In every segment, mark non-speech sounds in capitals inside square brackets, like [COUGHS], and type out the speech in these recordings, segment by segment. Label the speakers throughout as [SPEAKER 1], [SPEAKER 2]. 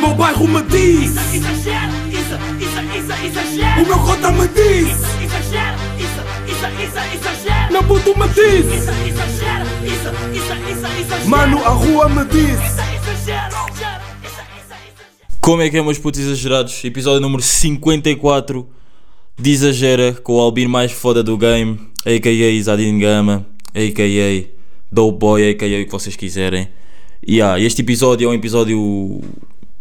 [SPEAKER 1] meu bairro me diz
[SPEAKER 2] Isso, exagero, isso, isso, isso,
[SPEAKER 1] O
[SPEAKER 2] exagero.
[SPEAKER 1] meu cota me diz
[SPEAKER 2] Isso, exagero, isso, isso, isso, exagero.
[SPEAKER 1] Meu puto me diz
[SPEAKER 2] Isso, exagero, isso, isso, isso, exagero.
[SPEAKER 1] Mano, a rua me
[SPEAKER 2] isso,
[SPEAKER 1] diz
[SPEAKER 2] exagero, exagero, isso, isso, exagero.
[SPEAKER 3] Como é que é, meus putos exagerados? Episódio número 54 de Exagera com o Albino mais foda do game, a.k.a. Zadin Gama, a.k.a. Doughboy, a.k.a. o que vocês quiserem. E ah, este episódio é um episódio.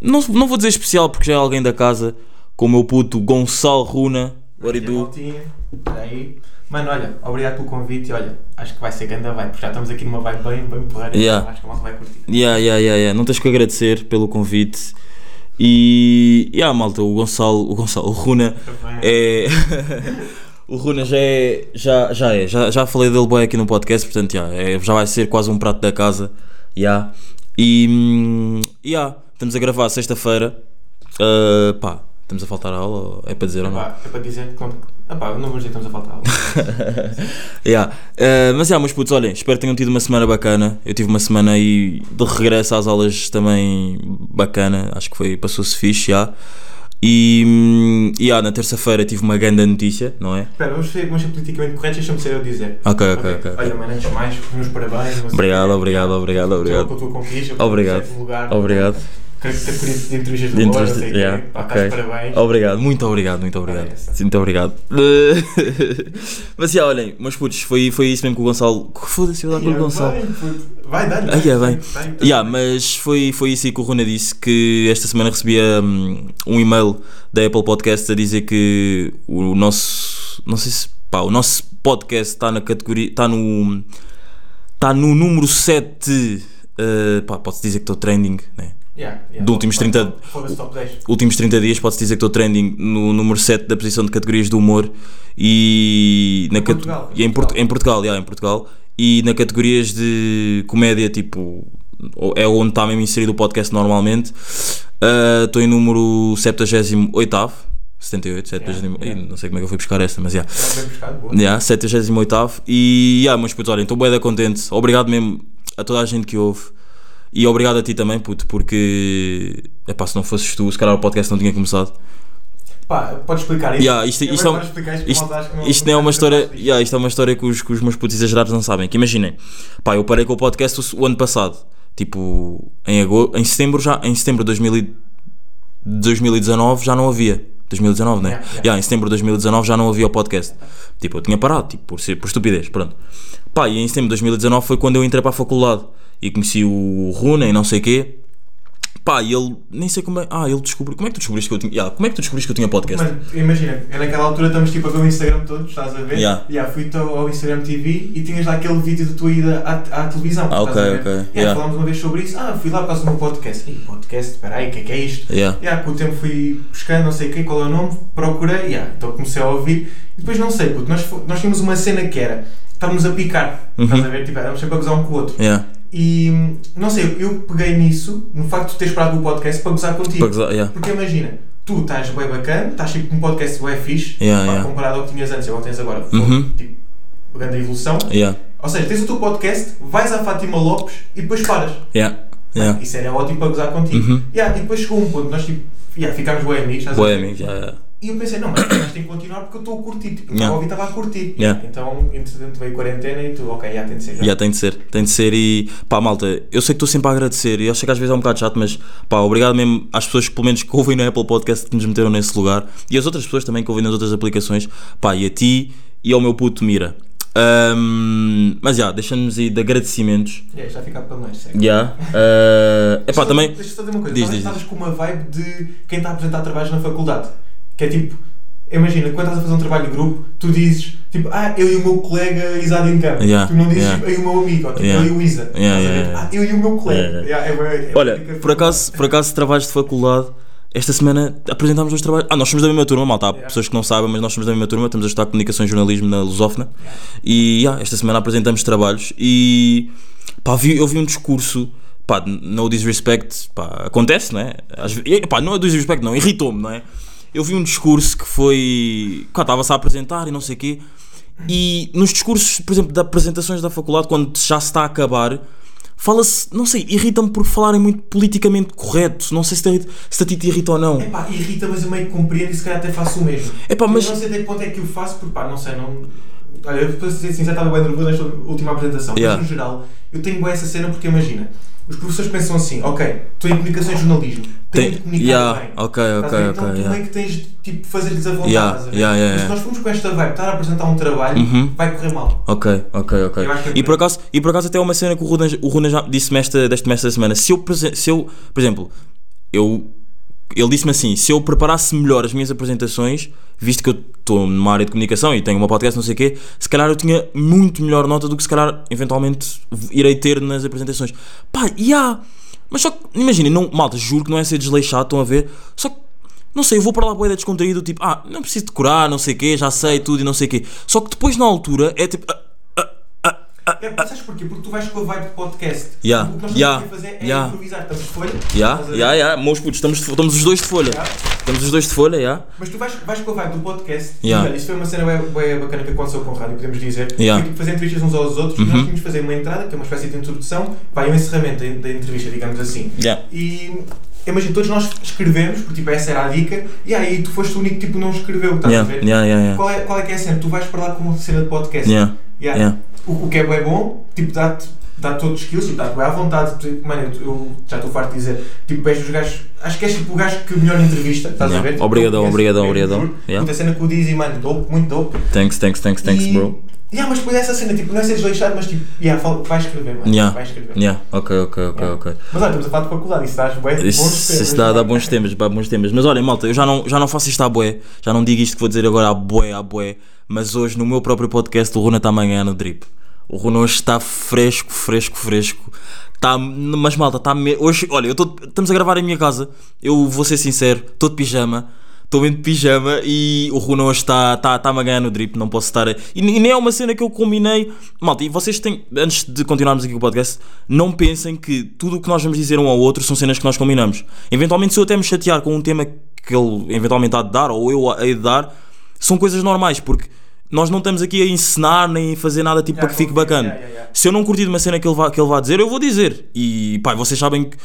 [SPEAKER 3] Não, não vou dizer especial porque já é alguém da casa, com o meu puto Gonçalo Runa,
[SPEAKER 4] Aqui a
[SPEAKER 3] Baridu.
[SPEAKER 4] maltinha, peraí. Mano, olha, obrigado pelo convite e olha, acho que vai ser grande a vibe, porque já estamos aqui numa vibe bem, bem porreira.
[SPEAKER 3] Yeah.
[SPEAKER 4] Acho que a malta vai curtir.
[SPEAKER 3] Yeah, yeah, yeah, yeah. Não tens que agradecer pelo convite. E. Yeah, malta, o Gonçalo, o Gonçalo, o Runa é. [LAUGHS] o Runa já é. Já, já é. Já, já falei dele bem aqui no podcast, portanto, yeah, é- já vai ser quase um prato da casa. Yeah. E. hum, Yeah, estamos a gravar sexta-feira. Ah, pá, estamos a faltar a aula? É para dizer ou não?
[SPEAKER 4] Epá, é para dizer que. Epá, não vamos dizer que estamos a faltar aula.
[SPEAKER 3] Yeah. Uh, mas, yeah, meus putos, olhem, espero que tenham tido uma semana bacana. Eu tive uma semana aí de regresso às aulas também bacana. Acho que foi, passou-se fixe, já. E, hum, yeah, na terça-feira tive uma grande notícia, não é?
[SPEAKER 4] Espera, vamos ser, vamos ser politicamente corretos, deixa-me ser eu dizer.
[SPEAKER 3] Ok, ok, ok.
[SPEAKER 4] Olha, mano, antes de mais, meus parabéns. não sei
[SPEAKER 3] Obrigado,
[SPEAKER 4] o quê.
[SPEAKER 3] obrigado, obrigado,
[SPEAKER 4] Pela
[SPEAKER 3] obrigado.
[SPEAKER 4] tua conquista, pelo
[SPEAKER 3] Obrigado.
[SPEAKER 4] terceiro lugar,
[SPEAKER 3] Obrigado.
[SPEAKER 4] Categoria de entrevistas do
[SPEAKER 3] De
[SPEAKER 4] Loura, não
[SPEAKER 3] entrevista-
[SPEAKER 4] sei o quê.
[SPEAKER 3] yeah,
[SPEAKER 4] Pá, estás de
[SPEAKER 3] ok.
[SPEAKER 4] parabéns.
[SPEAKER 3] Obrigado, muito obrigado, muito obrigado.
[SPEAKER 4] Ah, é essa.
[SPEAKER 3] Muito obrigado. [LAUGHS] mas, yeah, olhem, meus putos, foi, foi isso mesmo que o Gonçalo. Foda-se, eu vou dar com o
[SPEAKER 4] Yeah,
[SPEAKER 3] Gonçalo.
[SPEAKER 4] vai, puto. Vai, dá-lhe.
[SPEAKER 3] Ah, yeah, bem.
[SPEAKER 4] Vai, então.
[SPEAKER 3] Yeah, mas foi, foi isso aí que o Runa disse que esta semana recebia hum, um e-mail da Apple Podcasts a dizer que o nosso não sei se pá, o nosso podcast está na categoria está no está no número 7 eh, pá, pode-se dizer que estou trending né?
[SPEAKER 4] Yeah, yeah.
[SPEAKER 3] de últimos 30
[SPEAKER 4] Foda-se, top 10.
[SPEAKER 3] últimos 30 dias pode-se dizer que estou trending no número 7 da posição de categorias de humor e na
[SPEAKER 4] Em
[SPEAKER 3] cate-
[SPEAKER 4] Portugal,
[SPEAKER 3] e
[SPEAKER 4] em
[SPEAKER 3] em, Portu-
[SPEAKER 4] Portugal.
[SPEAKER 3] em Portugal, yeah, em Portugal e na categorias de comédia tipo o- é onde está mesmo inserido o podcast normalmente Ah, estou em número 78 78, 78
[SPEAKER 4] Yeah,
[SPEAKER 3] não sei como é que eu fui buscar esta mas yeah.
[SPEAKER 4] Está bem buscado, boa.
[SPEAKER 3] Yeah, 78 e yeah, meus putos, olhem, estou bué da contente. Obrigado mesmo a toda a gente que ouve. E obrigado a ti também, puto, porque epá, se não fosses tu, se calhar o podcast não tinha começado.
[SPEAKER 4] Pá, podes explicar isso?
[SPEAKER 3] Yeah, isto,
[SPEAKER 4] Eu
[SPEAKER 3] isto, é um-
[SPEAKER 4] agora explicar isto,
[SPEAKER 3] isto-
[SPEAKER 4] malta, acho que não-
[SPEAKER 3] isto
[SPEAKER 4] não
[SPEAKER 3] não é uma
[SPEAKER 4] sabe
[SPEAKER 3] história.
[SPEAKER 4] nada disto.
[SPEAKER 3] yeah, isto é uma história que os, que os meus putos exagerados não sabem. Que imaginem, pá, eu parei com o podcast o, o ano passado, tipo, em, agosto, em setembro já, em setembro de 2000 e- 2019 já não havia. 2019, né?
[SPEAKER 4] Yeah, yeah.
[SPEAKER 3] Yeah, em setembro de 2019 já não havia o podcast. Tipo, eu tinha parado, tipo, por, ser, por estupidez, pronto. Pá, e em setembro de 2019 foi quando eu entrei para a faculdade e conheci o Runa e não sei o quê. Pá, e ele, nem sei como é. Ah, ele descobriu. Como é que tu descobriste que eu tinha. yeah, como é que tu descobriste que eu tinha podcast?
[SPEAKER 4] Mano, imagina, eu naquela altura estamos tipo a ver o Instagram todo, estás a ver?
[SPEAKER 3] Yeah.
[SPEAKER 4] fui teu ao Instagram TV e tinhas lá aquele vídeo da tua ida à, à televisão.
[SPEAKER 3] Ah,
[SPEAKER 4] estás
[SPEAKER 3] ok,
[SPEAKER 4] a ver?
[SPEAKER 3] ok,
[SPEAKER 4] Yeah,
[SPEAKER 3] yeah.
[SPEAKER 4] Falámos uma vez sobre isso. Ah, fui lá por causa do meu podcast. Ih, podcast, espera aí, o que é que é isto?
[SPEAKER 3] Yeah.
[SPEAKER 4] Yeah, com o tempo fui buscando, não sei quem, qual é o nome, procurei, yeah, então comecei a ouvir. E depois não sei, puto, nós, fo- nós tínhamos uma cena que era estávamos a picar, estás
[SPEAKER 3] Uhum.
[SPEAKER 4] a ver? Tipo, éramos sempre a gozar um com o outro.
[SPEAKER 3] Yeah.
[SPEAKER 4] E hum, não sei, eu peguei nisso, no facto de teres parado o podcast para gozar contigo.
[SPEAKER 3] Para gozar, yeah.
[SPEAKER 4] Porque imagina, tu estás bem bacana, estás tipo com um podcast bem fixe,
[SPEAKER 3] Yeah,
[SPEAKER 4] pá,
[SPEAKER 3] yeah.
[SPEAKER 4] comparado ao que tinhas antes, agora tens agora.
[SPEAKER 3] Uhum.
[SPEAKER 4] Tipo, grande evolução.
[SPEAKER 3] Yeah.
[SPEAKER 4] Ou seja, tens o teu podcast, vais à Fátima Lopes e depois paras.
[SPEAKER 3] Yeah. Yeah.
[SPEAKER 4] Isso era ótimo para gozar contigo.
[SPEAKER 3] Uhum.
[SPEAKER 4] Yeah, e depois chegou um ponto, nós tipo, yeah, ficámos bem amigos, estás a
[SPEAKER 3] Boa,
[SPEAKER 4] ver?
[SPEAKER 3] amigo. Yeah, yeah.
[SPEAKER 4] E eu pensei, não, mas nós temos que continuar porque eu estou a curtir. Tipo,
[SPEAKER 3] Yeah.
[SPEAKER 4] yeah. eu estava a curtir.
[SPEAKER 3] Yeah.
[SPEAKER 4] Então, entretanto, veio a quarentena e tu, ok, já tem de ser. já.
[SPEAKER 3] Yeah, tem de ser, tem de ser e pá, malta, eu sei que estou sempre a agradecer e eu sei que às vezes é um bocado chato, mas pá, obrigado mesmo às pessoas que pelo menos que ouvem na Apple Podcast que nos meteram nesse lugar e às outras pessoas também que ouvem nas outras aplicações, pá, e a ti e ao meu puto Mira. Ahm, mas já, deixando-nos aí de agradecimentos.
[SPEAKER 4] Yeah, já fica para mais, segue.
[SPEAKER 3] Já. ah, epá,
[SPEAKER 4] Deixa eu-
[SPEAKER 3] também.
[SPEAKER 4] Deixa eu só dizer uma coisa.
[SPEAKER 3] Diz,
[SPEAKER 4] Diz,
[SPEAKER 3] diz,
[SPEAKER 4] estavas com uma vibe de quem está a apresentar trabalhos na faculdade. Que é tipo, imagina, quando estás a fazer um trabalho de grupo, tu dizes, tipo, ah, eu e o meu colega Isadin Camp.
[SPEAKER 3] Yeah,
[SPEAKER 4] Tu não dizes,
[SPEAKER 3] yeah.
[SPEAKER 4] tipo, eu e o meu amigo, ou tipo,
[SPEAKER 3] Yeah.
[SPEAKER 4] eu e o Isa.
[SPEAKER 3] Yeah,
[SPEAKER 4] Estás a ver?
[SPEAKER 3] yeah, yeah.
[SPEAKER 4] Ah, eu e o meu colega.
[SPEAKER 3] Yeah,
[SPEAKER 4] Yeah, é bem- é
[SPEAKER 3] Olha,
[SPEAKER 4] bem-
[SPEAKER 3] por acaso, por acaso trabalhos de faculdade, esta semana apresentámos dois trabalhos. Ah, nós somos da mesma turma, malta. Há
[SPEAKER 4] Yeah.
[SPEAKER 3] pessoas que não sabem, mas nós somos da mesma turma. Estamos a estudar comunicação e jornalismo na Lusófona. E yeah, esta semana apresentamos trabalhos. E pá, vi, eu vi um discurso. Pá, no disrespect, pá, acontece, não é? Às ve- e, pá, não é disrespect, não, irritou-me, não é? Eu vi um discurso que foi. pá, Estava-se a apresentar e não sei o quê. E nos discursos, por exemplo, de apresentações da faculdade, quando já se está a acabar, Fala-se, não sei, irrita-me por falarem muito politicamente correto. Não sei se te, se te irrita ou não.
[SPEAKER 4] Epá, irrita, mas eu meio que compreendo e se calhar até faço o mesmo.
[SPEAKER 3] Epá,
[SPEAKER 4] Eu
[SPEAKER 3] mas-
[SPEAKER 4] não sei até que ponto é que eu faço, porque pá, não sei, não. Olha, eu para ser sincero, estava bem nervoso nesta última apresentação,
[SPEAKER 3] Yeah.
[SPEAKER 4] mas no geral, eu tenho bem essa cena porque imagina, os professores pensam assim, ok, estou em comunicação e jornalismo, tenho
[SPEAKER 3] Tem-
[SPEAKER 4] de é comunicar
[SPEAKER 3] yeah,
[SPEAKER 4] bem.
[SPEAKER 3] ok,
[SPEAKER 4] Estás a
[SPEAKER 3] ok,
[SPEAKER 4] ver?
[SPEAKER 3] ok,
[SPEAKER 4] Então, tu
[SPEAKER 3] yeah.
[SPEAKER 4] meio que tens de tipo, fazer-lhes a vontade.
[SPEAKER 3] Yeah,
[SPEAKER 4] estás a ver?
[SPEAKER 3] yeah, yeah,
[SPEAKER 4] mas se
[SPEAKER 3] yeah.
[SPEAKER 4] nós formos com esta vibe, estar a apresentar um trabalho,
[SPEAKER 3] Uhum.
[SPEAKER 4] vai correr mal.
[SPEAKER 3] Ok, ok, ok.
[SPEAKER 4] Eu acho que é
[SPEAKER 3] E
[SPEAKER 4] por
[SPEAKER 3] por,
[SPEAKER 4] aí.
[SPEAKER 3] acaso, e por acaso até é uma cena que o Runas, o Runas já disse-me esta, deste mestre da semana. Se eu, presen- se eu por exemplo, eu, ele disse-me assim, se eu preparasse melhor as minhas apresentações, visto que eu estou numa área de comunicação e tenho uma podcast, não sei o quê, se calhar eu tinha muito melhor nota do que se calhar eventualmente v- irei ter nas apresentações. Pá, e há... Mas só que, imagina, não, malta, juro que não é ser desleixado, estão a ver, só que não sei, eu vou para lá boeda descontraído, tipo, ah, não preciso decorar, não sei o quê, já sei tudo e não sei o quê. Só que depois na altura é tipo, ah,
[SPEAKER 4] É, pá, sabes porquê? Porque tu vais com a vibe de podcast.
[SPEAKER 3] Yeah,
[SPEAKER 4] O que nós
[SPEAKER 3] yeah,
[SPEAKER 4] temos que fazer é
[SPEAKER 3] yeah.
[SPEAKER 4] improvisar, estamos de folha.
[SPEAKER 3] Ya,
[SPEAKER 4] estás a ver?
[SPEAKER 3] ya, ya, meus putos, estamos, de fo- estamos os dois de folha.
[SPEAKER 4] Yeah.
[SPEAKER 3] Estamos os dois de folha, ya.
[SPEAKER 4] Mas tu vais, vais com a vibe do podcast.
[SPEAKER 3] Yeah.
[SPEAKER 4] E, olha, isso foi uma cena bem, bem bacana que aconteceu com o rádio, podemos dizer.
[SPEAKER 3] Yeah. Uhum.
[SPEAKER 4] Foi, tipo, fazer entrevistas uns aos outros. Nós tínhamos de fazer uma entrada, que é uma espécie de introdução, vai um encerramento da, da entrevista, digamos assim.
[SPEAKER 3] Yeah.
[SPEAKER 4] E imagina, todos nós escrevemos, porque tipo, essa era a dica, e aí tu foste o único que tipo, não escreveu, estás
[SPEAKER 3] Ya,
[SPEAKER 4] a ver?
[SPEAKER 3] ya, ya, ya.
[SPEAKER 4] Qual, é, qual é que é a cena? Tu vais para lá com uma cena de podcast.
[SPEAKER 3] Ya,
[SPEAKER 4] Yeah.
[SPEAKER 3] ya.
[SPEAKER 4] O, o que é bem bom, tipo, dá-te dá todos os skills, tipo, dá-te bem à vontade. Tipo, mano, eu, eu já estou farto de dizer, tipo, és dos gajos, acho que és tipo o gajo que melhor entrevista, estás
[SPEAKER 3] Yeah.
[SPEAKER 4] a ver?
[SPEAKER 3] Obrigadão,
[SPEAKER 4] Tipo,
[SPEAKER 3] obrigadão,
[SPEAKER 4] mesmo,
[SPEAKER 3] obrigadão.
[SPEAKER 4] juro.
[SPEAKER 3] Yeah.
[SPEAKER 4] Muita cena que o dizem, mano, dope, muito dope.
[SPEAKER 3] Thanks, thanks, thanks, thanks,
[SPEAKER 4] E-
[SPEAKER 3] bro.
[SPEAKER 4] Yeah, mas depois essa cena, tipo, não é ser desleixado, mas tipo, yeah, fala- vai escrever, mano,
[SPEAKER 3] Yeah.
[SPEAKER 4] vai escrever.
[SPEAKER 3] Ya, ok, ok, ok,
[SPEAKER 4] Yeah.
[SPEAKER 3] ok.
[SPEAKER 4] Mas olha, estamos a falar de faculdade, isso dá bem bons
[SPEAKER 3] Isso,
[SPEAKER 4] temas, né?
[SPEAKER 3] isso dá, dá
[SPEAKER 4] mano.
[SPEAKER 3] bons temas, dá bons temas. Mas olha, malta, eu já não, já não faço isto à boé. Já não digo isto que vou dizer agora à boé, à boé. Mas hoje, no meu próprio podcast, o Runa está amanhã no drip. O Runa hoje está fresco, fresco, fresco. Tá, mas malta, está me... hoje. Olha, eu tô, estamos a gravar em minha casa. Eu vou ser sincero, estou de pijama. Estou bem de pijama e o Runa hoje está tá, tá a ganhar no drip, não posso estar. a- E, e nem é uma cena que eu combinei. Malta, e vocês têm. Antes de continuarmos aqui com o podcast, não pensem que tudo o que nós vamos dizer um ao outro são cenas que nós combinamos. Eventualmente, se eu até me chatear com um tema que ele eventualmente há de dar, ou eu hei de dar, são coisas normais, porque nós não estamos aqui a ensinar nem a fazer nada tipo
[SPEAKER 4] Yeah,
[SPEAKER 3] para que fique
[SPEAKER 4] convém,
[SPEAKER 3] bacana.
[SPEAKER 4] yeah, yeah, yeah.
[SPEAKER 3] Se eu não curtir de uma cena que ele vá, que ele vá dizer, eu vou dizer. E pá, vocês sabem que.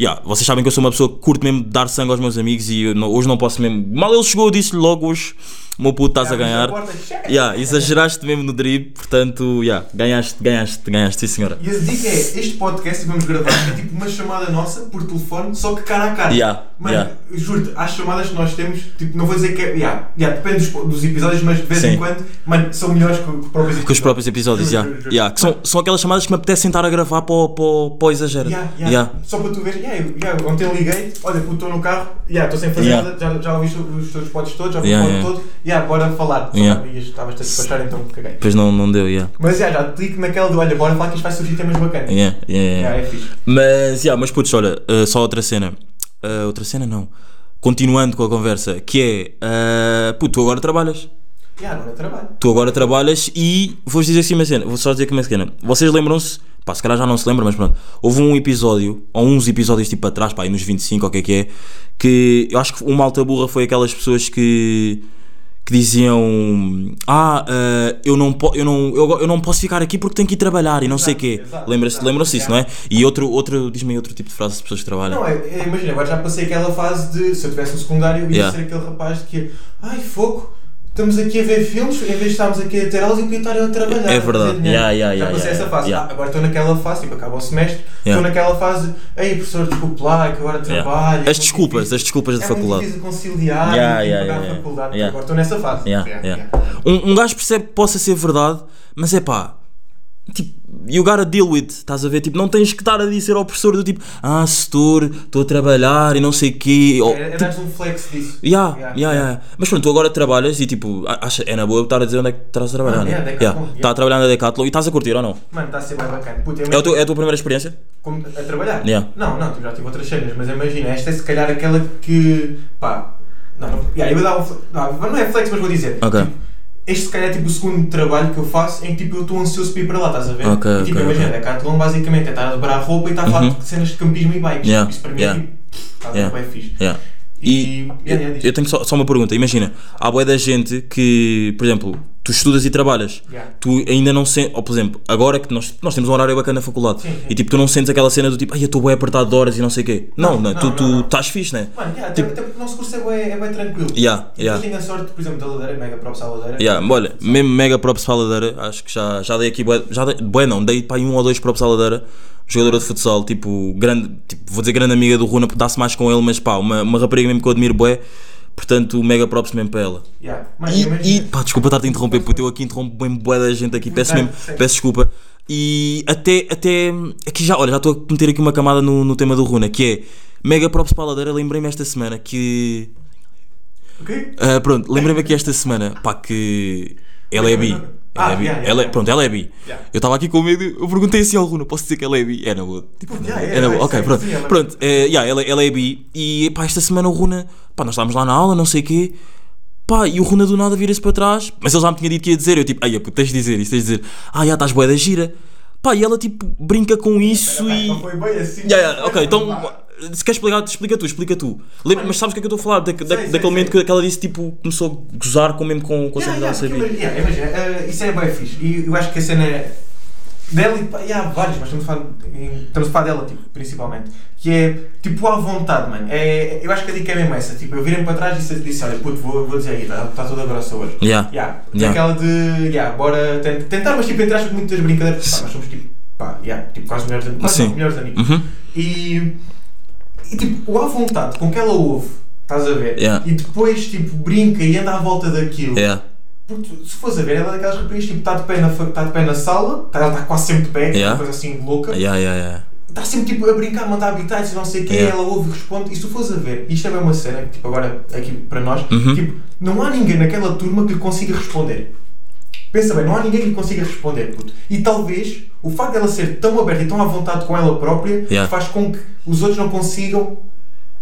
[SPEAKER 3] Yeah, vocês sabem que eu sou uma pessoa que curto mesmo dar sangue aos meus amigos e eu não- hoje não posso mesmo. Mal ele chegou, eu disse-lhe logo hoje: meu puto, estás a
[SPEAKER 4] Abres
[SPEAKER 3] ganhar.
[SPEAKER 4] porta, checa.
[SPEAKER 3] Yeah, exageraste mesmo no drip, portanto, yeah, ganhaste, ganhaste, ganhaste, sim senhora.
[SPEAKER 4] E a dica é, este podcast que vamos gravar é tipo uma chamada nossa por telefone, só que cara a cara.
[SPEAKER 3] Yeah,
[SPEAKER 4] Mano,
[SPEAKER 3] yeah.
[SPEAKER 4] juro-te, há chamadas que nós temos, tipo, não vou dizer que é. Yeah, yeah, depende dos, dos episódios, mas de vez
[SPEAKER 3] Sim.
[SPEAKER 4] em quando, mano, são melhores que os próprios episódios.
[SPEAKER 3] Com os próprios episódios,
[SPEAKER 4] Juro,
[SPEAKER 3] yeah.
[SPEAKER 4] juro, juro.
[SPEAKER 3] Yeah, que são, são aquelas chamadas que me apetece sentar a gravar para o, para o- para o exagero.
[SPEAKER 4] Yeah, yeah.
[SPEAKER 3] Yeah.
[SPEAKER 4] Só para tu ver, yeah, eu- yeah, ontem liguei, olha, puto, estou no carro, yeah, estou sem fazer
[SPEAKER 3] Yeah.
[SPEAKER 4] nada, já, já ouvi os, os teus pods todos, já ouvi
[SPEAKER 3] Yeah,
[SPEAKER 4] o pod
[SPEAKER 3] yeah.
[SPEAKER 4] todo, yeah, bora falar. Só
[SPEAKER 3] Yeah.
[SPEAKER 4] que Estavas-te a despachar, então caguei.
[SPEAKER 3] Depois não, não deu, yeah.
[SPEAKER 4] Mas já, já te ligo naquela do, olha, bora falar que isto vai surgir temas bacanas.
[SPEAKER 3] Yeah, yeah, yeah.
[SPEAKER 4] Yeah, é fixe.
[SPEAKER 3] Mas, yeah, mas putz, olha, uh, só outra cena. Uh, outra cena não. Continuando com a conversa, que é. Uh, puto, tu agora trabalhas.
[SPEAKER 4] Yeah, agora trabalho.
[SPEAKER 3] Tu agora trabalhas e vou-vos dizer assim uma cena. Vou só dizer aqui uma cena. Vocês lembram-se. Pá, se calhar já não se lembram, mas pronto. Houve um episódio, ou uns episódios tipo atrás, pá, aí nos 25, ou o que é que é, que eu acho que uma alta burra foi aquelas pessoas que. que diziam. Ah, ah, eu, não po eu, não, eu, eu não posso ficar aqui porque tenho que ir trabalhar e não sei o quê.
[SPEAKER 4] Exato, exato,
[SPEAKER 3] Lembram-se
[SPEAKER 4] exato.
[SPEAKER 3] lembram disso, não é? E outro, outro diz-me aí outro tipo de frase de pessoas que trabalham.
[SPEAKER 4] Não, é, é, imagina, agora já passei aquela fase de se eu tivesse um secundário eu ia
[SPEAKER 3] Yeah.
[SPEAKER 4] ser aquele rapaz de que ai foco, estamos aqui a ver filmes, em vez de estarmos aqui a ter aulas e podia estar eu a trabalhar.
[SPEAKER 3] É
[SPEAKER 4] a fazer
[SPEAKER 3] verdade.
[SPEAKER 4] dinheiro."
[SPEAKER 3] Yeah, yeah,
[SPEAKER 4] já
[SPEAKER 3] yeah,
[SPEAKER 4] passei
[SPEAKER 3] yeah,
[SPEAKER 4] essa fase.
[SPEAKER 3] yeah.
[SPEAKER 4] Ah, agora estou naquela fase, tipo, acaba o semestre, estou
[SPEAKER 3] Yeah.
[SPEAKER 4] naquela fase, ei professor, desculpe lá, que agora
[SPEAKER 3] Yeah.
[SPEAKER 4] trabalho.
[SPEAKER 3] As desculpas, as desculpas da
[SPEAKER 4] é
[SPEAKER 3] faculdade.
[SPEAKER 4] É muito difícil
[SPEAKER 3] Yeah,
[SPEAKER 4] conciliar, tenho que
[SPEAKER 3] yeah,
[SPEAKER 4] pagar
[SPEAKER 3] yeah,
[SPEAKER 4] a
[SPEAKER 3] yeah.
[SPEAKER 4] faculdade,
[SPEAKER 3] Yeah.
[SPEAKER 4] agora estou nessa fase.
[SPEAKER 3] Yeah,
[SPEAKER 4] Yeah,
[SPEAKER 3] yeah.
[SPEAKER 4] yeah.
[SPEAKER 3] Um, um gajo percebe que possa ser verdade, mas é pá. Tipo, you gotta deal with, estás a ver? Tipo, não tens que estar a dizer ao professor do tipo, ah, setor, estou a trabalhar e não sei o quê. Ou,
[SPEAKER 4] É, é
[SPEAKER 3] tipo,
[SPEAKER 4] dar um flex disso.
[SPEAKER 3] yeah,
[SPEAKER 4] Yeah,
[SPEAKER 3] yeah, yeah. Mas pronto, tu agora trabalhas e tipo, a- acha, é na boa estar a dizer onde é que estás a trabalhar,
[SPEAKER 4] Ah,
[SPEAKER 3] né?
[SPEAKER 4] yeah, Decathlon, yeah.
[SPEAKER 3] Estás a trabalhar na Decathlon e estás a curtir ou não?
[SPEAKER 4] Mano, está a ser bem bacana. Puta,
[SPEAKER 3] É, o teu- é a tua primeira experiência?
[SPEAKER 4] Como- a trabalhar?
[SPEAKER 3] Yeah.
[SPEAKER 4] Não, não, tipo, já tive outras cenas, mas imagina, esta é se calhar aquela que. pá. Não, não, yeah, eu vou dar um. fle- Não, não é flex, mas vou dizer.
[SPEAKER 3] Ok.
[SPEAKER 4] Tipo, este se calhar é tipo o segundo trabalho que eu faço em que tipo, eu estou ansioso para ir para lá, estás a ver?
[SPEAKER 3] Ok,
[SPEAKER 4] E, tipo,
[SPEAKER 3] ok,
[SPEAKER 4] imagina,
[SPEAKER 3] ok.
[SPEAKER 4] a Catlon basicamente é estar a dobrar a roupa e está a falar
[SPEAKER 3] Uhum.
[SPEAKER 4] de cenas de campismo e bikes.
[SPEAKER 3] Yeah,
[SPEAKER 4] Isso para mim
[SPEAKER 3] yeah.
[SPEAKER 4] é tipo. Estás
[SPEAKER 3] Yeah.
[SPEAKER 4] bem fixe.
[SPEAKER 3] Yeah.
[SPEAKER 4] E-
[SPEAKER 3] E,
[SPEAKER 4] yeah, yeah, diz.
[SPEAKER 3] eu tenho só, só uma pergunta. Imagina, há boé da gente que, por exemplo, tu tu estudas e trabalhas.
[SPEAKER 4] Yeah.
[SPEAKER 3] Tu ainda não sentes, ou por exemplo, agora que nós, nós temos um horário bacana na faculdade
[SPEAKER 4] Sim, sim.
[SPEAKER 3] e tipo, tu não sentes aquela cena do tipo, ai eu estou bem apertado de horas e não sei o quê. Não, não,
[SPEAKER 4] não,
[SPEAKER 3] tu,
[SPEAKER 4] não,
[SPEAKER 3] tu
[SPEAKER 4] não.
[SPEAKER 3] estás fixe, né?
[SPEAKER 4] Mano, yeah,
[SPEAKER 3] Tipo-
[SPEAKER 4] até, até porque o nosso curso é bem, é bué tranquilo.
[SPEAKER 3] Yeah,
[SPEAKER 4] E
[SPEAKER 3] yeah.
[SPEAKER 4] depois tenho a sorte, por exemplo, da ladeira, mega props à ladeira.
[SPEAKER 3] Yeah, olha, mesmo mega props para a ladeira, acho que já, já dei aqui, bué- já dei, bué não, dei para aí um ou dois props à ladeira, jogadora de futsal, tipo, grande, tipo, vou dizer grande amiga do Runa, dá-se mais com ele, mas pá, uma, uma rapariga mesmo que eu admiro bué, portanto, mega props mesmo para ela.
[SPEAKER 4] Yeah. Mano,
[SPEAKER 3] E, e
[SPEAKER 4] imagina.
[SPEAKER 3] pá, desculpa estar-te a interromper, puto, eu aqui interrompo bem bué da gente aqui, peço
[SPEAKER 4] Tá,
[SPEAKER 3] mesmo,
[SPEAKER 4] sim.
[SPEAKER 3] peço desculpa. E até, até, aqui já, olha, já estou a meter aqui uma camada no, no tema do Runa, que é, mega props para a ladeira, lembrei-me esta semana que...
[SPEAKER 4] O quê?
[SPEAKER 3] Ah, pronto, lembrei-me aqui esta semana, pá, que ela é bi. Ela
[SPEAKER 4] Ah,
[SPEAKER 3] é bi.
[SPEAKER 4] yeah, yeah,
[SPEAKER 3] Ela é-
[SPEAKER 4] yeah.
[SPEAKER 3] pronto, ela é bi.
[SPEAKER 4] Yeah.
[SPEAKER 3] Eu estava aqui com medo, eu perguntei assim ao Runo, posso dizer que ela é bi? É na boa. Tipo,
[SPEAKER 4] Puto,
[SPEAKER 3] na
[SPEAKER 4] yeah,
[SPEAKER 3] boa,
[SPEAKER 4] yeah,
[SPEAKER 3] é na
[SPEAKER 4] é,
[SPEAKER 3] boa. Ok,
[SPEAKER 4] sim,
[SPEAKER 3] pronto.
[SPEAKER 4] sim, ela-
[SPEAKER 3] Pronto, eh, yeah, ela, ela é bi. E pá, esta semana o Runa, pá, nós estávamos lá na aula, não sei o quê. Pá, e o Runa do nada vira-se para trás, mas ele já me tinha dito que ia dizer. Eu tipo, ai, puto, tens de dizer isso, tens de dizer, ah, já estás boa da gira. Pá, e ela tipo brinca com isso
[SPEAKER 4] Pá,
[SPEAKER 3] e.
[SPEAKER 4] não foi bem assim.
[SPEAKER 3] Yeah, yeah, ok, então
[SPEAKER 4] Pá,
[SPEAKER 3] se queres explicar, explica tu, explica tu. Lembra, mas sabes o que é que eu estou a falar? Da, da-
[SPEAKER 4] Sei, sei,
[SPEAKER 3] daquele momento
[SPEAKER 4] sei.
[SPEAKER 3] que ela disse, tipo, começou a gozar com, mesmo com, com a
[SPEAKER 4] Yeah,
[SPEAKER 3] cena
[SPEAKER 4] yeah,
[SPEAKER 3] dela ser
[SPEAKER 4] porque,
[SPEAKER 3] bi.
[SPEAKER 4] imagina, yeah, imagina, eh, isso é bem fixe. E eu acho que a cena dela e pá, e há vários, mas estamos a falar, em- estamos a falar dela, tipo, principalmente. Que é tipo à vontade, mano. É, eu acho que a dica é mesmo essa. Tipo, eu virei para trás e disse: Olha, puto, vou, vou dizer aí, está tá toda grossa hoje.
[SPEAKER 3] Yeah.
[SPEAKER 4] Yeah. E
[SPEAKER 3] Yeah.
[SPEAKER 4] aquela de, yeah, bora tent- tentar, mas tipo, entraste com muitas brincadeiras, pá, nós somos tipo, pá, yeah, tipo, quase melhores, am- quase
[SPEAKER 3] Sim.
[SPEAKER 4] não, melhores amigos.
[SPEAKER 3] Uhum.
[SPEAKER 4] E, e tipo, o à vontade com que ela ouve, estás a ver?
[SPEAKER 3] Yeah.
[SPEAKER 4] E depois, tipo, brinca e anda à volta daquilo.
[SPEAKER 3] Yeah.
[SPEAKER 4] Porque tu- se fores a ver, ela é daquelas raparigas, tipo, está de, pé na fa- tá de pé na sala, tá- ela está quase sempre de pé, que é
[SPEAKER 3] Yeah.
[SPEAKER 4] uma coisa assim louca.
[SPEAKER 3] Yeah, yeah, yeah.
[SPEAKER 4] Está sempre tipo a brincar, a mandar habitats e não sei o quê,
[SPEAKER 3] Yeah.
[SPEAKER 4] ela ouve e responde. E se tu fores a ver, isto é bem uma cena, que, tipo, agora aqui para nós,
[SPEAKER 3] Uhum.
[SPEAKER 4] tipo, não há ninguém naquela turma que lhe consiga responder. Pensa bem, não há ninguém que lhe consiga responder, puto. E talvez o facto dela ser tão aberta e tão à vontade com ela própria
[SPEAKER 3] Yeah.
[SPEAKER 4] faz com que os outros não consigam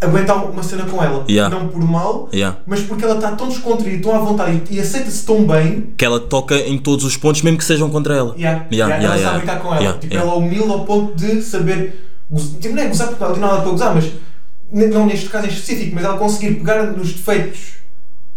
[SPEAKER 4] aguentar uma cena com ela.
[SPEAKER 3] Yeah.
[SPEAKER 4] Não por mal,
[SPEAKER 3] Yeah.
[SPEAKER 4] mas porque ela está tão descontraída, tão à vontade e, e aceita-se tão bem.
[SPEAKER 3] Que ela toca em todos os pontos, mesmo que sejam contra ela.
[SPEAKER 4] Yeah.
[SPEAKER 3] Yeah,
[SPEAKER 4] Yeah, ela
[SPEAKER 3] yeah,
[SPEAKER 4] sabe
[SPEAKER 3] yeah.
[SPEAKER 4] brincar com ela.
[SPEAKER 3] Yeah,
[SPEAKER 4] tipo,
[SPEAKER 3] yeah.
[SPEAKER 4] ela humilde ao ponto de saber. goz- Tipo, não é gozar porque ela tem nada para gozar, mas ne- não neste caso em específico, mas ela conseguir pegar nos defeitos.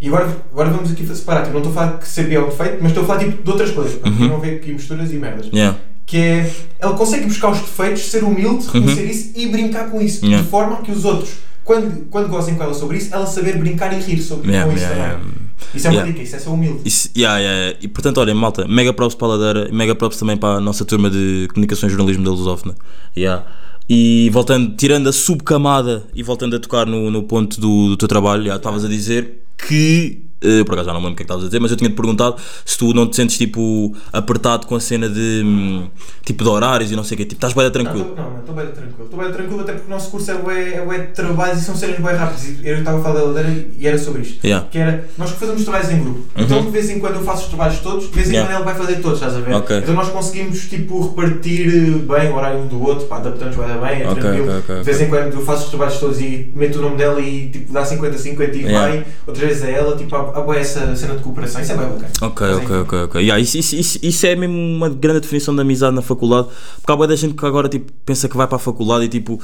[SPEAKER 4] E agora, agora vamos aqui separar. Tipo, não estou a falar que CP é o defeito, mas estou a falar tipo, de outras coisas. para Não ver aqui misturas e merdas.
[SPEAKER 3] Uhum. Yeah.
[SPEAKER 4] Que é. Ela consegue buscar os defeitos, ser humilde, reconhecer isso e brincar com isso.
[SPEAKER 3] Uhum. Yeah.
[SPEAKER 4] De forma que os outros, quando, quando gozem com ela sobre isso, ela saber brincar e rir sobre,
[SPEAKER 3] Yeah,
[SPEAKER 4] com isso
[SPEAKER 3] yeah,
[SPEAKER 4] também.
[SPEAKER 3] yeah.
[SPEAKER 4] Isso é uma
[SPEAKER 3] Yeah.
[SPEAKER 4] dica, isso é ser humilde.
[SPEAKER 3] Isso- yeah, yeah, yeah. E portanto, olha, malta, mega props para a Ladeira e mega props também para a nossa turma de comunicação e jornalismo da Lusófona. Yeah. E voltando, tirando a subcamada e voltando a tocar no, no ponto do, do teu trabalho, já estavas a dizer que. eh, por acaso já não me lembro o que é que estavas a dizer, mas eu tinha-te perguntado se tu não te sentes tipo apertado com a cena de hum, tipo de horários e não sei o quê, tipo, estás bem tranquilo.
[SPEAKER 4] Não, tô- Não, estou bem tranquilo. Estou bem tranquilo até porque o nosso curso é bué, é bué de trabalhos e são cenas bem rápidas. E Eu estava a falar da ladeira e era sobre isto.
[SPEAKER 3] Yeah. Uhum.
[SPEAKER 4] Que era, nós fazemos trabalhos em grupo. Então de vez em quando eu faço os trabalhos todos, de vez em
[SPEAKER 3] Yeah.
[SPEAKER 4] quando ele vai fazer todos, estás a ver?
[SPEAKER 3] Ok.
[SPEAKER 4] Então nós conseguimos tipo repartir eh, bem o horário um do outro, pá, adaptamos bem, bem é
[SPEAKER 3] Ok,
[SPEAKER 4] tranquilo.
[SPEAKER 3] ok, ok,
[SPEAKER 4] de vez em quando eu faço os trabalhos todos e meto o nome dela e tipo dá 50-50 e
[SPEAKER 3] Yeah.
[SPEAKER 4] vai. Outras vezes é ela, tipo, há, há bué essa cena de cooperação. Isso é bem bacana.
[SPEAKER 3] Ok,
[SPEAKER 4] Mas,
[SPEAKER 3] ok,
[SPEAKER 4] enfim.
[SPEAKER 3] ok, ok. Yeah, isso, isso, isso, isso é mesmo uma grande definição de amizade na faculdade, porque há boa da gente que agora tipo, pensa que vai para a faculdade e tipo.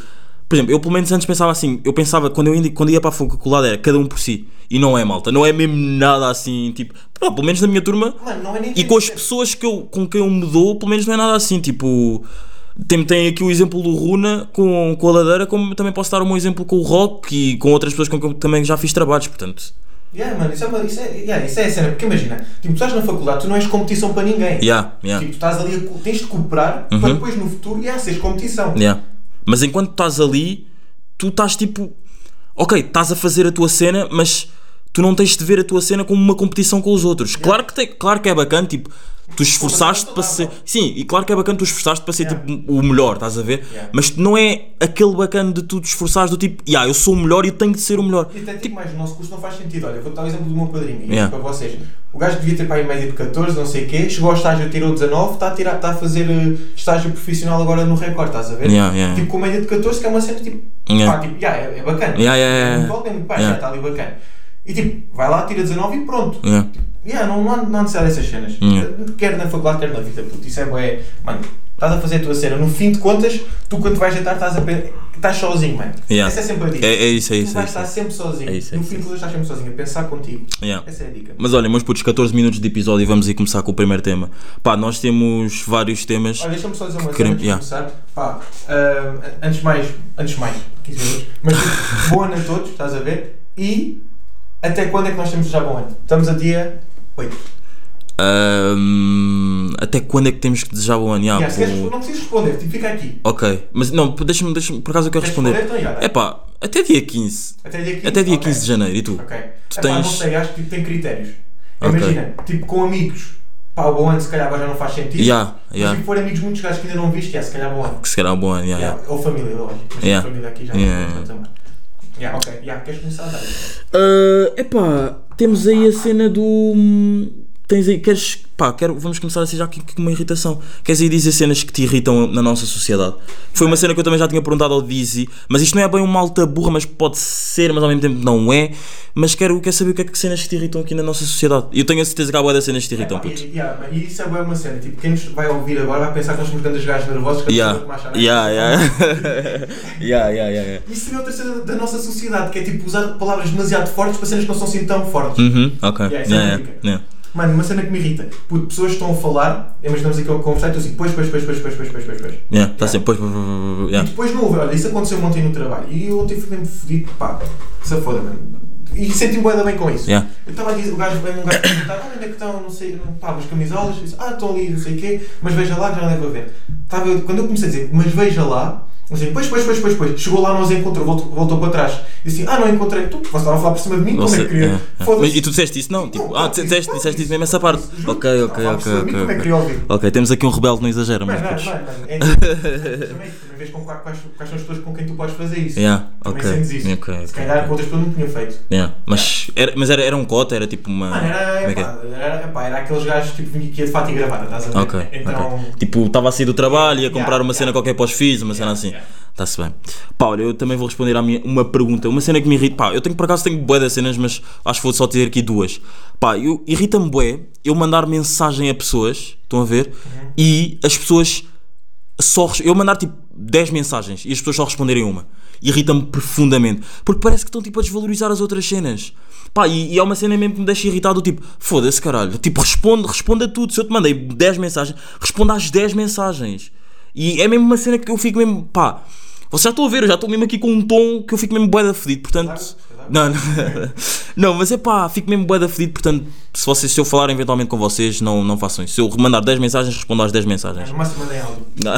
[SPEAKER 3] Por exemplo, eu pelo menos antes pensava assim, eu pensava quando eu ainda- quando ia para a faculdade era cada um por si, e não é malta, não é mesmo nada assim, tipo, pá, pelo menos na minha turma
[SPEAKER 4] Mano, não é nem
[SPEAKER 3] e com as
[SPEAKER 4] tempo.
[SPEAKER 3] pessoas que eu, com quem eu me dou, pelo menos não é nada assim, tipo. Tem, tem aqui o exemplo do Runa com, com a Ladeira, como também posso dar o meu exemplo com o Rock e com outras pessoas com quem eu também já fiz trabalhos, portanto.
[SPEAKER 4] Yeah, mano, isso é, uma, isso, é, yeah, isso é a cena, porque imagina, tipo, tu estás na faculdade, tu não és competição para ninguém.
[SPEAKER 3] Yeah, yeah.
[SPEAKER 4] Tipo, tu estás ali, a co- tens de cooperar para depois no futuro, yeah, seres competição.
[SPEAKER 3] Yeah. Mas enquanto estás ali, tu estás tipo. Ok, estás a fazer a tua cena, mas tu não tens de ver a tua cena como uma competição com os outros. Claro, que tem, claro que é bacana, tipo, tu esforçaste para ser.
[SPEAKER 4] saudável.
[SPEAKER 3] Sim, e claro que é bacana, tu esforçaste para ser
[SPEAKER 4] Yeah.
[SPEAKER 3] tipo o melhor, estás a ver?
[SPEAKER 4] Yeah.
[SPEAKER 3] Mas não é aquele bacana de tu te esforçares do tipo, yeah, eu sou o melhor e eu tenho de ser o melhor.
[SPEAKER 4] E até tipo, mais, o nosso curso não faz sentido. Olha, vou dar o exemplo do meu padrinho e
[SPEAKER 3] Yeah.
[SPEAKER 4] para vocês. O gajo devia ter para aí média de 14, não sei o quê, chegou ao estágio, tirou 19, está a, tirar, está a fazer eh, estágio profissional agora no Record, estás a ver?
[SPEAKER 3] Yeah, yeah.
[SPEAKER 4] Tipo, com média de 14, que é uma cena tipo,
[SPEAKER 3] Yeah.
[SPEAKER 4] pá, tipo, yeah, é, é bacana.
[SPEAKER 3] Yeah, yeah, yeah.
[SPEAKER 4] É muito bom, é muito baixo,
[SPEAKER 3] Yeah.
[SPEAKER 4] já está ali bacana. E tipo, vai lá, tira 19 e pronto.
[SPEAKER 3] Yeah.
[SPEAKER 4] Yeah, não, não há não há necessidade dessas cenas.
[SPEAKER 3] Yeah.
[SPEAKER 4] Quer na faculdade, quer na vida, puto. Isso é bué. Mano, Estás a fazer a tua cena. No fim de contas, tu quando vais deitar estás, a pe- estás sozinho, mano.
[SPEAKER 3] Yeah.
[SPEAKER 4] Essa é sempre a dica.
[SPEAKER 3] É, é isso, é
[SPEAKER 4] tu
[SPEAKER 3] isso. É
[SPEAKER 4] vais
[SPEAKER 3] isso.
[SPEAKER 4] estar sempre sozinho.
[SPEAKER 3] É isso, é
[SPEAKER 4] no
[SPEAKER 3] isso,
[SPEAKER 4] fim
[SPEAKER 3] é
[SPEAKER 4] de contas estás sempre sozinho, a pensar contigo.
[SPEAKER 3] Yeah.
[SPEAKER 4] Essa é a dica.
[SPEAKER 3] Mas olha, meus putos, 14 minutos de episódio e vamos aí começar com o primeiro tema. Pá, nós temos vários temas.
[SPEAKER 4] Olha, deixa-me só dizer uma coisa
[SPEAKER 3] Queremos-
[SPEAKER 4] antes de começar. Pá, ah, antes de mais, antes de mais, 15 minutos. Mas
[SPEAKER 3] [LAUGHS]
[SPEAKER 4] tipo, bom ano a todos, estás a ver? E até quando é que nós temos já bom ano? Estamos a dia 8.
[SPEAKER 3] Ahm, até quando é que temos que desejar o ano? Yeah,
[SPEAKER 4] Yeah, se queres,
[SPEAKER 3] pô.
[SPEAKER 4] não precisas responder, tipo, fica aqui.
[SPEAKER 3] Ok, mas não, pô, deixa-me, deixa-me, por acaso eu quero
[SPEAKER 4] Queres
[SPEAKER 3] responder.
[SPEAKER 4] responder? Então, já, dá.
[SPEAKER 3] É pá, até dia 15.
[SPEAKER 4] Até dia 15,
[SPEAKER 3] Até dia
[SPEAKER 4] Ok.
[SPEAKER 3] 15 de janeiro, e tu?
[SPEAKER 4] Ok.
[SPEAKER 3] Tu
[SPEAKER 4] Epá,
[SPEAKER 3] tens-
[SPEAKER 4] Não sei, acho que tipo, tem critérios.
[SPEAKER 3] Ok.
[SPEAKER 4] Imagina, tipo com amigos, pá, o bom ano se calhar agora já não faz sentido.
[SPEAKER 3] Yeah,
[SPEAKER 4] Mas
[SPEAKER 3] yeah.
[SPEAKER 4] se for amigos muitos gajos que ainda não viste, é, se calhar bom ano.
[SPEAKER 3] Que se calhar é um bom ano, yeah, yeah.
[SPEAKER 4] Yeah, Ou família, lógico. Mas
[SPEAKER 3] Yeah.
[SPEAKER 4] yeah. família aqui já
[SPEAKER 3] Yeah,
[SPEAKER 4] não conta também. Yeah, ok, yeah, queres começar a
[SPEAKER 3] Ah, epá, temos aí a cena do. hum, Tens aí, queres. Pá, quero, vamos começar assim já aqui com uma irritação. Queres aí dizer cenas que te irritam na nossa sociedade? Foi uma cena que eu também já tinha perguntado ao Dizzy, mas isto não é bem uma alta burra, mas pode ser, mas ao mesmo tempo não é. Mas quero, quero saber o que é que cenas que te irritam aqui na nossa sociedade. E eu tenho a certeza que há boa das cenas que te irritam,
[SPEAKER 4] Epá,
[SPEAKER 3] Então, puto.
[SPEAKER 4] E, yeah, mas isso é bué uma cena, tipo, quem nos vai ouvir agora vai pensar que nós somos grandes gajos nervosos que
[SPEAKER 3] Yeah,
[SPEAKER 4] a pessoa não
[SPEAKER 3] yeah, [LAUGHS] yeah. yeah, yeah, yeah, yeah.
[SPEAKER 4] Isso é outra cena da nossa sociedade, que é tipo usar palavras demasiado fortes para cenas que não são assim tão fortes.
[SPEAKER 3] Uhum, ok.
[SPEAKER 4] Yeah,
[SPEAKER 3] Yeah,
[SPEAKER 4] isso é
[SPEAKER 3] yeah,
[SPEAKER 4] uma dica.
[SPEAKER 3] yeah.
[SPEAKER 4] Mano, uma cena que me irrita, puto, pessoas estão a falar, imaginamos aqui a conversar e tu assim, pois, pois, pois, pois, pois, pois, pois, pois, pois.
[SPEAKER 3] Yeah, tá
[SPEAKER 4] Yeah.
[SPEAKER 3] sempre. Pois, pois, pois, pois, pois,
[SPEAKER 4] E
[SPEAKER 3] yeah.
[SPEAKER 4] depois não houve, olha, isso aconteceu ontem no trabalho e eu ontem fui mesmo fodido, pá, se foda, mano. E senti-me bué da bem com isso.
[SPEAKER 3] Yeah.
[SPEAKER 4] Eu estava a dizer, o gajo veio um gajo perguntar, "Ah, onde é que estão, não sei, pá, umas camisolas, Eu disse, ah, estão ali, não sei o quê, mas veja lá, que já não é para ver. Estava eu- quando eu comecei a dizer, mas veja lá, assim, pois, pois, pois, pois, pois, chegou lá, não os encontrou, voltou, voltou para trás. E assim, ah, não encontrei, tu, vocês estavam a falar por cima de mim, como é
[SPEAKER 3] Você-
[SPEAKER 4] que queria?
[SPEAKER 3] é, é.
[SPEAKER 4] Foda-se.
[SPEAKER 3] Mas, e tu disseste isso? Não, tipo, ah,
[SPEAKER 4] pá,
[SPEAKER 3] disseste, disseste isso mesmo essa parte.
[SPEAKER 4] Juro,
[SPEAKER 3] Ok,
[SPEAKER 4] estava a
[SPEAKER 3] ok,
[SPEAKER 4] falar por
[SPEAKER 3] ok,
[SPEAKER 4] cima de mim,
[SPEAKER 3] ok.
[SPEAKER 4] Como é que
[SPEAKER 3] ok.
[SPEAKER 4] queria ouvir?
[SPEAKER 3] Ok, temos aqui um rebelde, não exagera, mas.
[SPEAKER 4] Mano, mano,
[SPEAKER 3] putos.
[SPEAKER 4] mano, mano,
[SPEAKER 3] [LAUGHS]
[SPEAKER 4] é isso. Também, também vês com quais, quais quais são as pessoas com quem tu podes fazer isso.
[SPEAKER 3] Yeah,
[SPEAKER 4] Também
[SPEAKER 3] ok.
[SPEAKER 4] sentes isso.
[SPEAKER 3] ok, ok,
[SPEAKER 4] Se calhar com
[SPEAKER 3] ok.
[SPEAKER 4] outras pessoas não tinha feito.
[SPEAKER 3] Yeah, Mas, era, mas era, era um cota, era tipo uma.
[SPEAKER 4] Mano, era,
[SPEAKER 3] como é que é?
[SPEAKER 4] epá, era, epá, era aqueles gajos tipo vinha aqui de fato e gravata, estás a ver?
[SPEAKER 3] Ok,
[SPEAKER 4] então,
[SPEAKER 3] ok. Tipo, estava a sair do trabalho, ia comprar
[SPEAKER 4] Yeah,
[SPEAKER 3] uma cena
[SPEAKER 4] yeah.
[SPEAKER 3] qualquer para os filhos, uma cena assim.
[SPEAKER 4] yeah.
[SPEAKER 3] Está-se bem. Pá, olha, eu também vou responder à minha uma pergunta. Uma cena que me irrita. Pá, eu tenho por acaso tenho bué das cenas, mas acho que vou só ter aqui duas. Pá, eu- irrita-me bué eu mandar mensagem a pessoas, estão a ver?
[SPEAKER 4] Uhum.
[SPEAKER 3] E as pessoas só. res- Eu mandar tipo 10 mensagens e as pessoas só responderem uma. Irrita-me profundamente. Porque parece que estão tipo a desvalorizar as outras cenas. Pá, e, e é uma cena mesmo que me deixa irritado, tipo, foda-se caralho. Tipo, responde, responde a tudo. Se eu te mandei 10 mensagens, responda às 10 mensagens. E é mesmo uma cena que eu fico mesmo, pá. Vocês já estão a ver, eu já estou mesmo aqui com um tom que eu fico mesmo bué da fedido, portanto.
[SPEAKER 4] Claro,
[SPEAKER 3] Não, não, [LAUGHS] não, mas é pá, fico mesmo bué da fedido, portanto, se, vocês, se eu falar eventualmente com vocês, não, não façam isso. Se eu mandar 10 mensagens, respondo às 10 mensagens.
[SPEAKER 4] no máximo mandei áudio.
[SPEAKER 3] Não.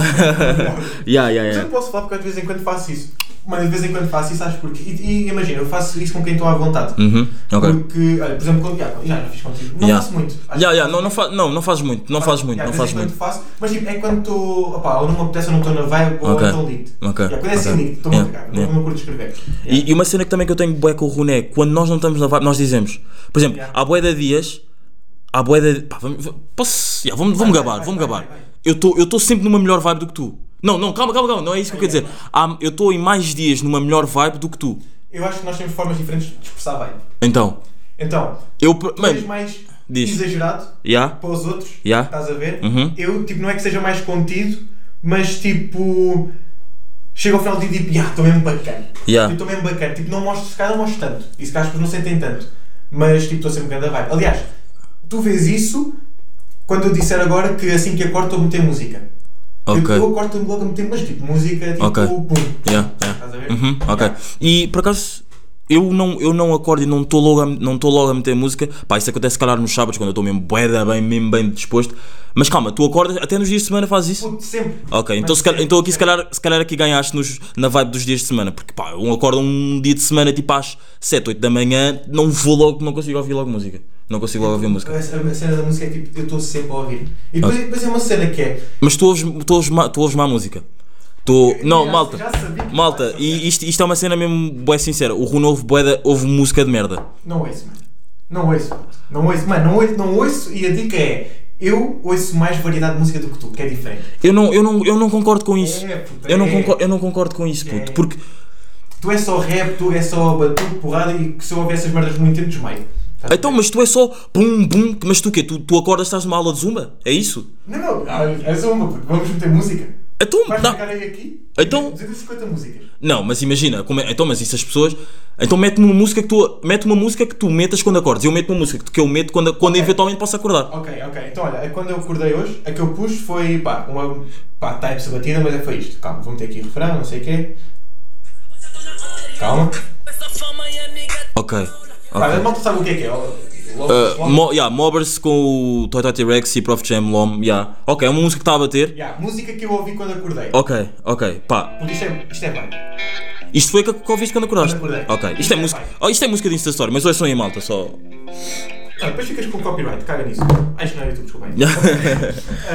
[SPEAKER 3] [LAUGHS] yeah, yeah,
[SPEAKER 4] Mas eu
[SPEAKER 3] yeah.
[SPEAKER 4] não posso falar porque eu de vez em quando faço isso. Mano, de vez em quando faço isso, sabes porquê? E, e imagina, eu faço isso com quem estou à vontade.
[SPEAKER 3] Uhum, ok.
[SPEAKER 4] Porque, olha, por exemplo, quando, já, já, já fiz contigo. Não
[SPEAKER 3] Yeah.
[SPEAKER 4] faço muito. Acho
[SPEAKER 3] Yeah,
[SPEAKER 4] que-
[SPEAKER 3] yeah, não, não, fa não, não fazes muito, não fazes muito,
[SPEAKER 4] Yeah,
[SPEAKER 3] não
[SPEAKER 4] de
[SPEAKER 3] fazes
[SPEAKER 4] vez em
[SPEAKER 3] muito.
[SPEAKER 4] quando faço, mas tipo, é quando estou, opá, ou não me apetece, ou não estou na vibe, ou
[SPEAKER 3] Ok.
[SPEAKER 4] estou lido.
[SPEAKER 3] Ok,
[SPEAKER 4] Yeah, quando é assim
[SPEAKER 3] ok.
[SPEAKER 4] lido, estou-me a
[SPEAKER 3] Yeah,
[SPEAKER 4] cagar, não-
[SPEAKER 3] yeah.
[SPEAKER 4] não curto escrever. Yeah.
[SPEAKER 3] E, e uma cena que também que eu tenho bué com o Rune é quando nós não estamos na vibe, nós dizemos, por exemplo,
[SPEAKER 4] Yeah.
[SPEAKER 3] há bué de dias, há bué de. Pá, vamos, v- posso. Yeah, vamos, vamos
[SPEAKER 4] Vai,
[SPEAKER 3] gabar,
[SPEAKER 4] vai,
[SPEAKER 3] vamos
[SPEAKER 4] vai,
[SPEAKER 3] gabar.
[SPEAKER 4] vai, vai.
[SPEAKER 3] Eu tô, estou sempre numa melhor vibe do que tu. Não, não, calma, calma, calma, não é isso que eu quero dizer. Há- eu estou em mais dias numa melhor vibe do que tu.
[SPEAKER 4] Eu acho que nós temos formas diferentes de expressar vibe.
[SPEAKER 3] Então,
[SPEAKER 4] Então,
[SPEAKER 3] eu. pr-
[SPEAKER 4] tu és
[SPEAKER 3] Mano,
[SPEAKER 4] mais
[SPEAKER 3] diz.
[SPEAKER 4] exagerado
[SPEAKER 3] yeah,
[SPEAKER 4] para os outros,
[SPEAKER 3] Yeah.
[SPEAKER 4] estás a ver?
[SPEAKER 3] Uhum.
[SPEAKER 4] Eu, tipo, não é que seja mais contido, mas tipo. Chego ao final do dia e tipo, "Ya, estou mesmo bacana.
[SPEAKER 3] Yeah.
[SPEAKER 4] Tipo, estou mesmo bacana. Tipo, não mostro, se calhar não mostro tanto. E se calhar as pessoas não sentem tanto. Mas, tipo, estou sempre grande a vibe. Aliás, tu vês isso quando eu disser agora que assim que acordo estou a meter música.
[SPEAKER 3] ok.
[SPEAKER 4] Eu, eu acordo estou logo a meter, mas tipo, música, tipo,
[SPEAKER 3] Ok.
[SPEAKER 4] pum.
[SPEAKER 3] Yeah, yeah.
[SPEAKER 4] Estás a ver?
[SPEAKER 3] Uhum, ok.
[SPEAKER 4] Yeah.
[SPEAKER 3] E por acaso eu não, eu não acordo e não estou logo, a- não tô logo a meter música. Pá, isso acontece se calhar nos sábados quando eu estou mesmo bué da bem, mesmo bem disposto. Mas calma, tu acordas até nos dias de semana fazes isso?
[SPEAKER 4] Puto, sempre.
[SPEAKER 3] Ok, então,
[SPEAKER 4] Mas é
[SPEAKER 3] se calhar,
[SPEAKER 4] sempre,
[SPEAKER 3] então aqui se
[SPEAKER 4] sempre.
[SPEAKER 3] calhar, se calhar aqui ganhaste nos, na vibe dos dias de semana, porque pá, eu acordo um dia de semana tipo às 7, 8 da manhã, não vou logo, não consigo ouvir logo música. Não consigo logo ouvir música.
[SPEAKER 4] A a cena da música é tipo, eu estou sempre a ouvir. E depois, depois é uma cena que é.
[SPEAKER 3] Mas tu ouves, tu ouves, má, tu ouves má música. Tu, não,
[SPEAKER 4] já-
[SPEAKER 3] malta.
[SPEAKER 4] já sabia que-
[SPEAKER 3] Malta, e isto, isto é uma cena mesmo bué sincera. O Runo ouve, bué da- ouve música de merda.
[SPEAKER 4] Não ouço, mano. Não ouço. Não ouço, mano. Não ouço, não ouço. E a dica é: eu ouço mais variedade de música do que tu, que é diferente.
[SPEAKER 3] Eu não, eu não, eu não concordo com isso.
[SPEAKER 4] É, puta,
[SPEAKER 3] eu, não
[SPEAKER 4] é.
[SPEAKER 3] concordo, eu não concordo com isso, puto.
[SPEAKER 4] É.
[SPEAKER 3] Porque,
[SPEAKER 4] Tu é só rap, tu é só batuque, porrada. E que se eu ouvir essas merdas muito tempo, desmaio. Tá
[SPEAKER 3] Então, mas tu é só pum, pum, mas tu o quê? Tu, tu acordas, estás numa aula de zumba? É isso?
[SPEAKER 4] Não, não, ah, é só uma, puto. vamos meter música.
[SPEAKER 3] Então,
[SPEAKER 4] Vais
[SPEAKER 3] dá-
[SPEAKER 4] pegar aí aqui
[SPEAKER 3] Então-
[SPEAKER 4] 250 músicas.
[SPEAKER 3] Não, mas imagina, como é- então, mas isso as pessoas. Então mete-me uma música que tu, mete uma música que tu metas quando acordes. Eu meto uma música que tu- que eu meto quando, quando
[SPEAKER 4] Ok.
[SPEAKER 3] eventualmente posso acordar.
[SPEAKER 4] Ok, ok. Então olha, a- quando eu acordei hoje, a que eu pus foi pá, uma pá, type sabatina, mas é foi isto. Calma, vou meter aqui refrão, não sei o quê. Calma.
[SPEAKER 3] Ok.
[SPEAKER 4] Pá,
[SPEAKER 3] ok.
[SPEAKER 4] a malta sabe o que é que é. ó. Logo-
[SPEAKER 3] Uh,
[SPEAKER 4] logo-
[SPEAKER 3] mo, yeah, Mobbers com o Toy Toy T-Rex e Prof Jam Lom. Yeah. Ok, é uma música que está a bater.
[SPEAKER 4] Yeah, música que eu ouvi quando acordei.
[SPEAKER 3] Ok, ok. Pá,
[SPEAKER 4] Porque isto é, isto é vibe.
[SPEAKER 3] isto foi o que, que ouviste quando acordaste.
[SPEAKER 4] Quando acordei.
[SPEAKER 3] Ok, isto é música. Oh, isto é música de Insta Story, mas hoje são em malta só.
[SPEAKER 4] Ah, depois ficas com copyright, caga nisso. Ah, isto não é YouTube,
[SPEAKER 3] [LAUGHS]
[SPEAKER 4] desculpa. aí.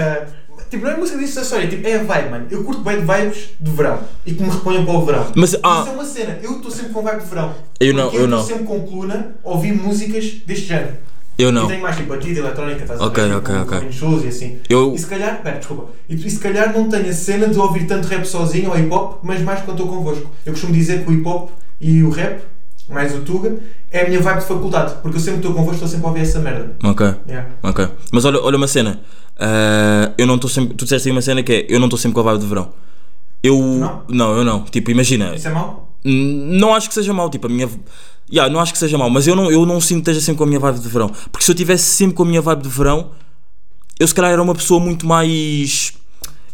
[SPEAKER 4] Ah, tipo, não é música disso da história, tipo, é a vibe, mano. Eu curto bem de vibes de verão e que me reponham para o verão.
[SPEAKER 3] Mas, ah.
[SPEAKER 4] Isso é uma cena, eu estou sempre com vibe de verão.
[SPEAKER 3] Eu não,
[SPEAKER 4] Porque
[SPEAKER 3] eu
[SPEAKER 4] estou
[SPEAKER 3] não.
[SPEAKER 4] sempre com coluna a ouvir músicas deste género.
[SPEAKER 3] Eu
[SPEAKER 4] E
[SPEAKER 3] não.
[SPEAKER 4] tenho mais tipo batida eletrónica, estás
[SPEAKER 3] Ok,
[SPEAKER 4] a ver?
[SPEAKER 3] ok,
[SPEAKER 4] com,
[SPEAKER 3] ok.
[SPEAKER 4] com shows e assim.
[SPEAKER 3] Eu-
[SPEAKER 4] E se calhar, pera, desculpa. E, e se calhar não tenho a cena de ouvir tanto rap sozinho ou hip hop, mas mais quando estou convosco. Eu costumo dizer que o hip hop e o rap, mais o Tuga, é a minha vibe de faculdade, porque eu sempre estou convosco, estou sempre a ouvir essa merda.
[SPEAKER 3] Ok.
[SPEAKER 4] Yeah.
[SPEAKER 3] Ok. Mas olha, olha uma cena. Ah, eu não estou sempre. Tu disseste aí uma cena que é eu não estou sempre com a vibe de verão. Eu.
[SPEAKER 4] Não?
[SPEAKER 3] eu não. Tipo, imagina.
[SPEAKER 4] Isso é mau?
[SPEAKER 3] Hum, Não acho que seja mau. Tipo, a minha. Yeah, não acho que seja mau, mas eu não, eu não sinto que esteja sempre com a minha vibe de verão. Porque se eu tivesse sempre com a minha vibe de verão, eu se calhar era uma pessoa muito mais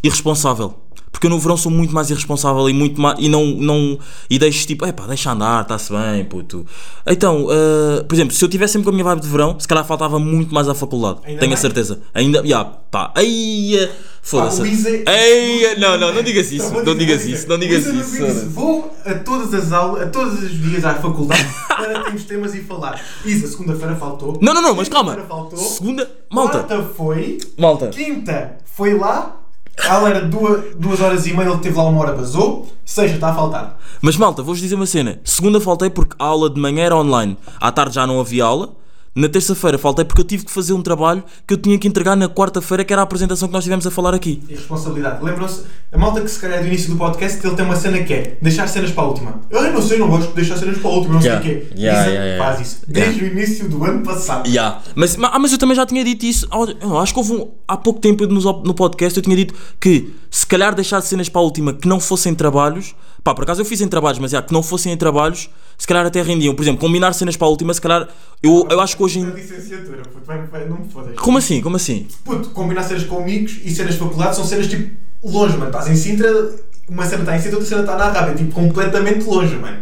[SPEAKER 3] irresponsável. Porque eu no verão sou muito mais irresponsável e muito mais, e não, não e deixo tipo, epá, deixa andar, está-se bem, puto. Então, ah, por exemplo, se eu tivesse sempre com a minha vibe de verão, se calhar faltava muito mais à faculdade.
[SPEAKER 4] Ainda
[SPEAKER 3] tenho a
[SPEAKER 4] mais?
[SPEAKER 3] certeza. Ainda, yeah, pá, aí, eh,
[SPEAKER 4] Pá, o
[SPEAKER 3] foda-se.
[SPEAKER 4] Isa-
[SPEAKER 3] Ei, não, não, não digas isso,
[SPEAKER 4] vou
[SPEAKER 3] não
[SPEAKER 4] dizer,
[SPEAKER 3] digas
[SPEAKER 4] vou
[SPEAKER 3] isso,
[SPEAKER 4] dizer.
[SPEAKER 3] não digas
[SPEAKER 4] é Luísa
[SPEAKER 3] isso.
[SPEAKER 4] Rodrigues,
[SPEAKER 3] foda-se.
[SPEAKER 4] Vou a todas as aulas, a todos os dias à
[SPEAKER 3] [LAUGHS]
[SPEAKER 4] faculdade para termos temas e falar. Isa, segunda-feira faltou.
[SPEAKER 3] Não, não, não, mas calma.
[SPEAKER 4] Segunda-feira faltou. tá-
[SPEAKER 3] Segunda. Malta.
[SPEAKER 4] Quarta foi.
[SPEAKER 3] Malta.
[SPEAKER 4] Quinta foi lá. Ela era duas, duas horas e meia, ele teve lá uma hora, vazou. Sexta está a faltar.
[SPEAKER 3] Mas malta, vou-vos dizer uma cena. Segunda faltei porque a aula de manhã era online. À tarde já não havia aula. Na terça-feira faltei porque eu tive que fazer um trabalho que eu tinha que entregar na quarta-feira, que era a apresentação que nós tivemos a falar aqui.
[SPEAKER 4] E responsabilidade. Lembram-se, a malta que se calhar é do início do podcast, ele tem uma cena que é deixar cenas para a última. Eu não sei, não gosto de deixar cenas para a última, não
[SPEAKER 3] Yeah.
[SPEAKER 4] sei o quê.
[SPEAKER 3] Yeah,
[SPEAKER 4] Isa
[SPEAKER 3] yeah, yeah.
[SPEAKER 4] faz isso.
[SPEAKER 3] Yeah.
[SPEAKER 4] Desde o início do ano passado.
[SPEAKER 3] Ya. Mas, ma- ah, mas eu também já tinha dito isso. Ah, eu Acho que houve um, há pouco tempo nos op- no podcast eu tinha dito que se calhar deixar cenas para a última que não fossem trabalhos. Pá, por acaso eu fiz em trabalhos, mas já, que não fossem em trabalhos, se calhar até rendiam. Por exemplo, combinar cenas para a última, se calhar. Eu, eu acho que hoje.
[SPEAKER 4] Na
[SPEAKER 3] em-
[SPEAKER 4] licenciatura, puto, vai- vai- não me fodas.
[SPEAKER 3] Como assim? Como assim?
[SPEAKER 4] Puto, combinar cenas com amigos e cenas de faculdade são cenas tipo longe, mano. Estás em Sintra, uma cena está em Sintra, outra cena está na Arábia. Tipo, completamente longe, mano.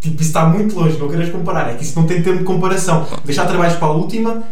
[SPEAKER 4] Tipo, isso está muito longe, não queres comparar. É que isso não tem termo de comparação. Deixar trabalhos para a última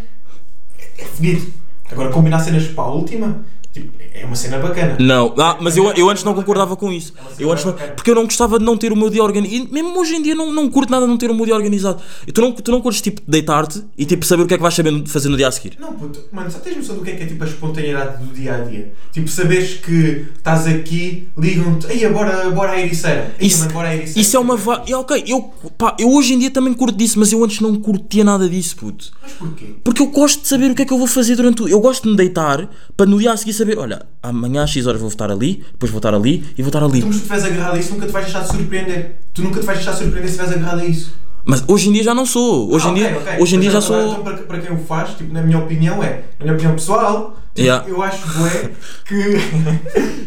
[SPEAKER 4] é, é fedido. Agora, combinar cenas para a última, tipo, é uma cena bacana.
[SPEAKER 3] Não, ah, mas eu, eu antes não concordava com isso.
[SPEAKER 4] É
[SPEAKER 3] Eu antes não- porque eu não gostava de não ter o meu dia organizado. E mesmo hoje em dia não, não curto nada de não ter o meu dia organizado. E tu não, tu não curtes tipo deitar-te e tipo saber o que é que vais saber no- fazer no dia a seguir.
[SPEAKER 4] Não, puto, mano, só tens noção do que é que é tipo a espontaneidade do dia a dia? Tipo, saberes que estás aqui, ligam-te, ei, bora, bora à Ericeira. Ei,
[SPEAKER 3] Isso,
[SPEAKER 4] mano, bora à Ericeira.
[SPEAKER 3] isso é uma. Va... é ok, eu, pá, eu hoje em dia também curto disso, mas eu antes não curtia nada disso, puto.
[SPEAKER 4] Mas porquê?
[SPEAKER 3] Porque eu gosto de saber o que é que eu vou fazer durante o. Eu gosto de me deitar para no dia a seguir saber, olha, amanhã às 6 horas vou votar ali, depois vou estar ali e vou estar ali.
[SPEAKER 4] tu, mas tu estiveres agarrado a isso, nunca te vais deixar de surpreender. Tu nunca te vais deixar de surpreender se estiveres agarrado a isso.
[SPEAKER 3] Mas hoje em dia já não sou. Hoje
[SPEAKER 4] Ah,
[SPEAKER 3] em
[SPEAKER 4] ok,
[SPEAKER 3] dia,
[SPEAKER 4] ok.
[SPEAKER 3] hoje em dia já
[SPEAKER 4] Mas
[SPEAKER 3] sou.
[SPEAKER 4] agora, Então, para, para quem o faz, tipo, na minha opinião, é. Na minha opinião pessoal, tipo,
[SPEAKER 3] Yeah.
[SPEAKER 4] eu acho bué que.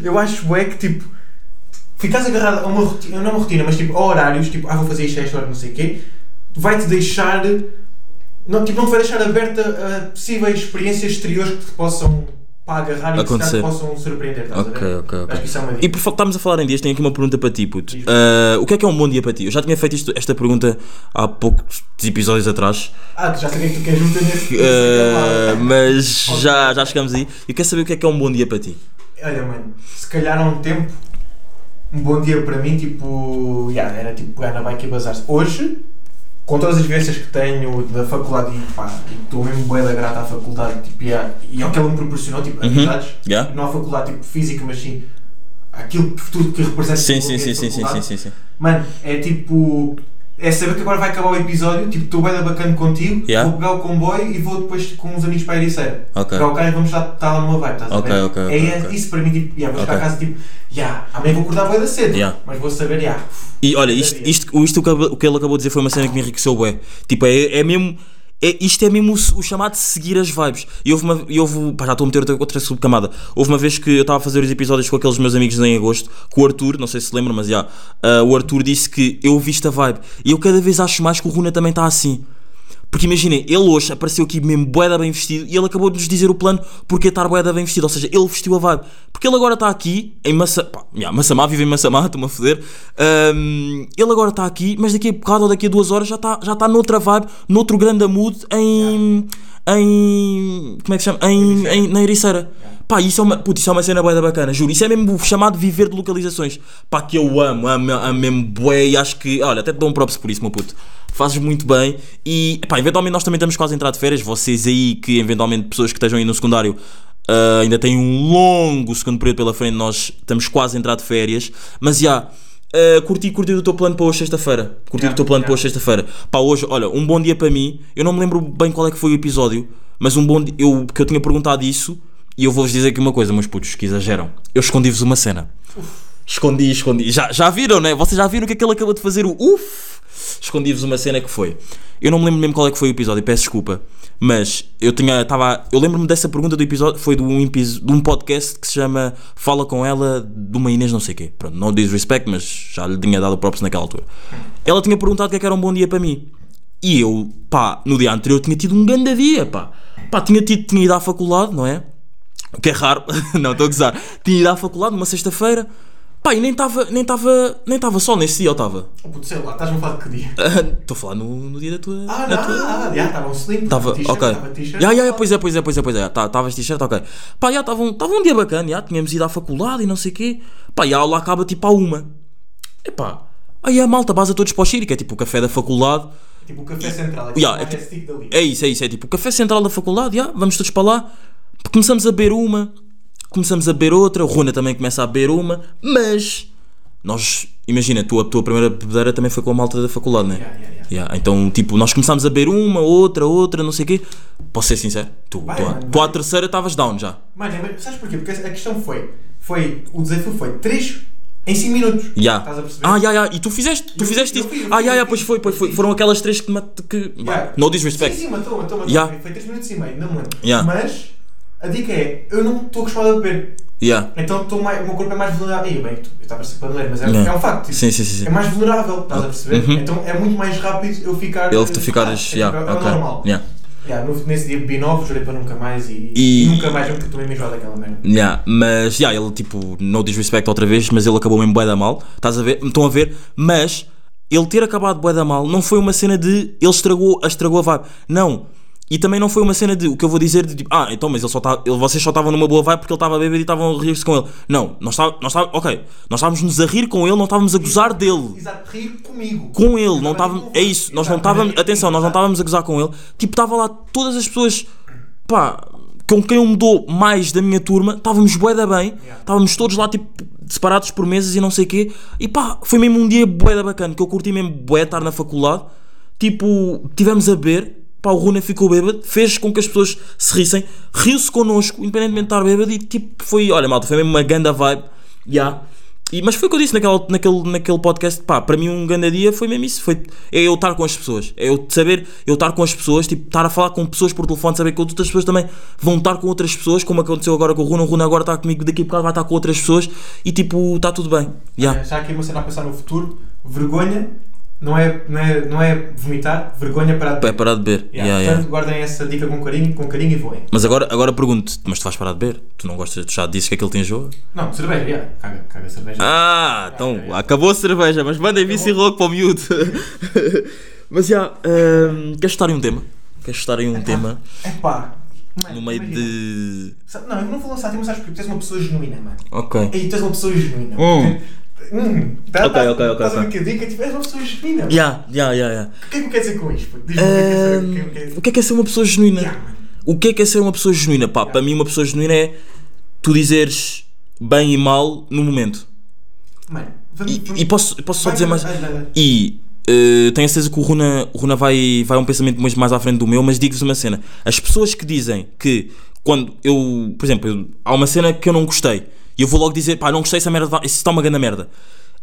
[SPEAKER 4] [LAUGHS] eu acho bué que, tipo. Ficas agarrado a uma rotina, não é uma rotina, mas tipo, a horários, tipo, ah, vou fazer isto a esta hora, não sei o quê, vai-te deixar. Não, tipo, não te vai deixar aberta a possíveis experiências exteriores que te possam pá, agarrar e que se
[SPEAKER 3] Acontecer.
[SPEAKER 4] calhar te possam surpreender, estás a
[SPEAKER 3] Ok,
[SPEAKER 4] ver?
[SPEAKER 3] ok, ok.
[SPEAKER 4] Acho que isso é uma dica.
[SPEAKER 3] E por fa- estarmos a falar em dias, tenho aqui uma pergunta para ti, puto.
[SPEAKER 4] Diz-me.
[SPEAKER 3] Ah, o que é que é um bom dia para ti? Eu já tinha feito isto- esta pergunta há poucos episódios atrás,
[SPEAKER 4] Ah, já sabia que tu queres meter nesse.
[SPEAKER 3] ah,
[SPEAKER 4] nesse cavalo.
[SPEAKER 3] mas já, já chegamos aí. Eu quero saber o que é que é um bom dia para ti.
[SPEAKER 4] Olha, mano, se calhar há um tempo, um bom dia para mim, tipo. yeah, era tipo pegar na bike e bazar-se. Hoje, com todas as vivências que tenho da faculdade e pá, e estou mesmo bué da grata à faculdade, tipo, e a- e ao que ela me proporcionou, tipo,
[SPEAKER 3] Uhum.
[SPEAKER 4] amizades,
[SPEAKER 3] Yeah?
[SPEAKER 4] não à faculdade, tipo, física, mas sim. Aquilo que tudo que representa
[SPEAKER 3] Sim,
[SPEAKER 4] tipo,
[SPEAKER 3] sim,
[SPEAKER 4] a
[SPEAKER 3] sim, sim, sim,
[SPEAKER 4] faculdade.
[SPEAKER 3] sim, sim, sim.
[SPEAKER 4] Mano, é tipo. É saber que agora vai acabar o episódio, tipo, estou bem bacana contigo,
[SPEAKER 3] Yeah.
[SPEAKER 4] vou pegar o comboio e vou depois com uns amigos para a Ericeira.
[SPEAKER 3] Ok.
[SPEAKER 4] Pegar o carro e vamos estar estar lá numa vibe, estás
[SPEAKER 3] Ok,
[SPEAKER 4] a ver?
[SPEAKER 3] ok,
[SPEAKER 4] é
[SPEAKER 3] ok,
[SPEAKER 4] é
[SPEAKER 3] ok.
[SPEAKER 4] isso para mim, tipo, yeah, vou
[SPEAKER 3] Ok.
[SPEAKER 4] chegar a casa tipo, yeah, amanhã vou acordar bem da cedo,
[SPEAKER 3] Yeah.
[SPEAKER 4] mas vou saber, yeah,
[SPEAKER 3] E olha, isto, isto, isto que acaba- o que ele acabou de dizer foi uma cena que me enriqueceu, bué. Tipo, é, é mesmo. É, isto é mesmo o, s- o chamado seguir as vibes. E houve uma. E houve, pá, já estou a meter outra, outra subcamada. Houve uma vez que eu estava a fazer os episódios com aqueles meus amigos em agosto, com o Arthur, não sei se lembram, mas já. ah, o Arthur disse que eu vi esta vibe. E eu cada vez acho mais que o Runa também está assim. Porque imaginem, ele hoje apareceu aqui mesmo boeda bem vestido e ele acabou de nos dizer o plano porque estar boeda bem vestido, ou seja, ele vestiu a vibe. Porque ele agora está aqui em Massa... Pá, yeah, Massamá, vive em Massamá, estou-me a foder. Ahm, ele agora está aqui, mas daqui a bocado ou daqui a duas horas já está já está noutra vibe, noutro grande mood em... em... como é que se chama? Em, em- na Ericeira. Pá, isso é uma, puto, isso é uma cena bué da bacana, juro. Isso é mesmo o chamado viver de localizações. Pá, que eu amo, amo, amo mesmo bué e acho que... Olha, até te dou um props por isso, meu puto fazes muito bem e pá, eventualmente nós também estamos quase a entrar de férias, vocês aí que eventualmente pessoas que estejam aí no secundário ah, ainda têm um longo segundo período pela frente, nós estamos quase a entrar de férias, mas já ah, curti, curti do teu plano para hoje sexta-feira curti
[SPEAKER 4] Yeah,
[SPEAKER 3] do teu plano para hoje
[SPEAKER 4] yeah.
[SPEAKER 3] sexta-feira pá, hoje, olha, um bom dia para mim eu não me lembro bem qual é que foi o episódio mas um bom dia, eu, que eu tinha perguntado isso e eu vou-vos dizer aqui uma coisa, meus putos que exageram, eu escondi-vos uma cena Escondi, escondi. Já, já viram, né? Vocês já viram o que é que ele acabou de fazer? O uf! Escondi-vos uma cena que foi. Eu não me lembro mesmo qual é que foi o episódio, peço desculpa. Mas eu tinha. Tava, eu lembro-me dessa pergunta do episódio. Foi de um, episo- de um podcast que se chama Fala com ela de uma Inês não sei quê. Pronto, não diz respect, mas já lhe tinha dado props naquela altura. Ela tinha perguntado o que é que era um bom dia para mim. E eu, pá, no dia anterior tinha tido um grande dia, pá. Pá, tinha, tido, tinha ido à faculdade, não é? O que é raro, [LAUGHS] não, estou a gozar. Tinha ido à faculdade numa sexta-feira. Pá, e nem estava nem tava, nem tava [LAUGHS] só nesse dia, eu estava.
[SPEAKER 4] Oh, puto, sei lá, estás-me a falar de que
[SPEAKER 3] [LAUGHS]
[SPEAKER 4] dia?
[SPEAKER 3] Estou a falar no, no dia da tua.
[SPEAKER 4] Ah,
[SPEAKER 3] da
[SPEAKER 4] não,
[SPEAKER 3] tua-
[SPEAKER 4] ah, já estava um slim.
[SPEAKER 3] Tava,
[SPEAKER 4] t-shirt,
[SPEAKER 3] ok.
[SPEAKER 4] Tava t-shirt.
[SPEAKER 3] Ya, ya, ya, pois é, pois é, pois é, pois é. Tá, Tavas t-shirt, ok. Pá, já estava um, tava um dia bacana, já, tínhamos ido à faculdade e não sei o quê. Pá, e a aula acaba tipo à uma. Epá, aí a malta, base a todos para o Chiri, que é tipo o café da faculdade.
[SPEAKER 4] Tipo o café central. É
[SPEAKER 3] Ya, é
[SPEAKER 4] tipo
[SPEAKER 3] que-
[SPEAKER 4] o stick dali.
[SPEAKER 3] É isso, é isso. É tipo o café central da faculdade, já, vamos todos para lá. Começamos a beber uma, começamos a beber outra, o Runa também começa a beber uma, mas nós, imagina, a tua, a tua primeira bebedeira também foi com a malta da faculdade, não é?
[SPEAKER 4] Ya, ya, ya.
[SPEAKER 3] Yeah, então, tipo, nós começámos a beber uma, outra, outra, não sei o quê. Posso ser sincero? Tu,
[SPEAKER 4] Vai,
[SPEAKER 3] tu, à-
[SPEAKER 4] mano,
[SPEAKER 3] tu à
[SPEAKER 4] vai.
[SPEAKER 3] terceira estavas down já.
[SPEAKER 4] Mano, é- mas sabes porquê? Porque a questão foi, foi o desafio foi 3 em 5 minutos.
[SPEAKER 3] Ya.
[SPEAKER 4] Estás a perceber?
[SPEAKER 3] Ah, ya, ya. E tu fizeste, tu
[SPEAKER 4] Eu-
[SPEAKER 3] fizeste
[SPEAKER 4] eu
[SPEAKER 3] isso.
[SPEAKER 4] fui, eu
[SPEAKER 3] Ah,
[SPEAKER 4] fui,
[SPEAKER 3] ya,
[SPEAKER 4] eu
[SPEAKER 3] ya,
[SPEAKER 4] fui.
[SPEAKER 3] pois foi, pois foi. Foram aquelas três que. mate- que...
[SPEAKER 4] Ya.
[SPEAKER 3] No disrespect.
[SPEAKER 4] Sim, sim, matou, matou, matou.
[SPEAKER 3] Ya.
[SPEAKER 4] Foi 3 minutos e meio, não me lembro.
[SPEAKER 3] Ya.
[SPEAKER 4] Mas a dica é, eu não estou acostumado a beber.
[SPEAKER 3] Ya.
[SPEAKER 4] Então estou mais- o meu corpo é mais vulnerável. Ih, bem, tu- eu estava a ser paneleiro, mas é,
[SPEAKER 3] Ya.
[SPEAKER 4] é um facto. tipo,
[SPEAKER 3] Sim, sim, sim. sim.
[SPEAKER 4] É mais vulnerável, estás a perceber?
[SPEAKER 3] Uhum.
[SPEAKER 4] Então é muito mais rápido eu ficar.
[SPEAKER 3] Ele tu ficares.
[SPEAKER 4] É,
[SPEAKER 3] Ya,
[SPEAKER 4] é,
[SPEAKER 3] ok.
[SPEAKER 4] é normal.
[SPEAKER 3] Ya.
[SPEAKER 4] Ya, no- nesse dia bebi 9, jurei para nunca mais e,
[SPEAKER 3] E-
[SPEAKER 4] nunca mais porque tomei me enjoado daquela merda.
[SPEAKER 3] Yeah, mas, yeah, ele tipo, no disrespect outra vez, mas ele acabou mesmo bué da mal, estás a ver? Estão a ver? Mas, ele ter acabado bué da mal não foi uma cena de ele estragou, a estragou a vibe, não. E também não foi uma cena de o que eu vou dizer de tipo, ah, então, mas ele só tá, ele, vocês só estavam numa boa vibe porque ele estava bêbado e estavam a rir-se com ele. Não, nós tá- nós tá- ok, nós estávamos-nos a rir com ele, não estávamos a gozar dele
[SPEAKER 4] Exato, rir comigo.
[SPEAKER 3] com ele, não
[SPEAKER 4] Exatamente,
[SPEAKER 3] estávamos.
[SPEAKER 4] com
[SPEAKER 3] É
[SPEAKER 4] ele.
[SPEAKER 3] isso, nós não
[SPEAKER 4] Exatamente.
[SPEAKER 3] estávamos. Atenção, nós não estávamos a gozar com ele. Tipo, estava lá todas as pessoas. Pá, com quem eu me dou mais da minha turma, estávamos bué da bem, estávamos todos lá, tipo, separados por meses e não sei o quê. E pá, foi mesmo um dia bué da bacana, que eu curti mesmo bué estar na faculdade. Tipo, tivemos a beber. Pá, o Runa ficou bêbado, fez com que as pessoas se rissem, riu-se connosco, independentemente de estar bêbado, e tipo, foi, olha, malta, foi mesmo uma ganda vibe. Yeah. E- mas foi o que eu disse naquela, naquele, naquele podcast, pá, para mim um grande dia foi mesmo isso, foi é eu estar com as pessoas, é eu saber, eu estar com as pessoas, tipo, estar a falar com pessoas por telefone, saber que outras pessoas também vão estar com outras pessoas, como aconteceu agora com o Runa, o Runa agora está comigo, daqui a bocado vai estar com outras pessoas e tipo, está tudo bem, yeah.
[SPEAKER 4] Já aqui uma cena a pensar no futuro, vergonha não é, não é, não é vomitar, vergonha para
[SPEAKER 3] é parar de beber,
[SPEAKER 4] Yeah,
[SPEAKER 3] yeah,
[SPEAKER 4] Portanto,
[SPEAKER 3] yeah.
[SPEAKER 4] guardem essa dica com carinho, com carinho e voem.
[SPEAKER 3] Mas agora, agora pergunto-te, mas tu vais parar de beber? Tu não gostas, tu já dizes que aquele te enjoa?
[SPEAKER 4] Não, cerveja, yeah. caga, caga cerveja.
[SPEAKER 3] Ah, então acabou a cerveja, mas mandem vice rock para o miúdo. mas já, hum, queres estar em um tema? Queres estar em um tema
[SPEAKER 4] Epá, mano,
[SPEAKER 3] no meio
[SPEAKER 4] imagina.
[SPEAKER 3] de.
[SPEAKER 4] Sa- Não, eu não vou lançar, mas sabes porque tu és uma pessoa genuína, mano.
[SPEAKER 3] Ok.
[SPEAKER 4] E tu és uma pessoa genuína.
[SPEAKER 3] Hum.
[SPEAKER 4] Hum, tá,
[SPEAKER 3] Ok, ok, ok,
[SPEAKER 4] Estás a ver
[SPEAKER 3] ok.
[SPEAKER 4] que a dica? Tipo, és uma pessoa genuína. mano.
[SPEAKER 3] Já, já, já, já.
[SPEAKER 4] O que é que me quer dizer com isto? puto? Diz-me o que é que é ser- o que é que é-
[SPEAKER 3] Hum, O que é que é ser uma pessoa genuína?
[SPEAKER 4] Yeah, mano.
[SPEAKER 3] O que é que é ser uma pessoa genuína? Pá, para mim, uma pessoa genuína é tu dizeres bem e mal no momento.
[SPEAKER 4] Mano, vamos-
[SPEAKER 3] E,
[SPEAKER 4] vamos-
[SPEAKER 3] e posso, posso só
[SPEAKER 4] vai,
[SPEAKER 3] dizer
[SPEAKER 4] vai,
[SPEAKER 3] mais.
[SPEAKER 4] vai, vai, vai.
[SPEAKER 3] E eh, tenho a certeza que o Runa, o Runa vai, vai um pensamento muito mais à frente do meu, mas digo-vos uma cena. As pessoas que dizem que quando eu, por exemplo, eu- há uma cena que eu não gostei e eu vou logo dizer, pá, não gostei, essa merda, vai- isso está uma grande merda.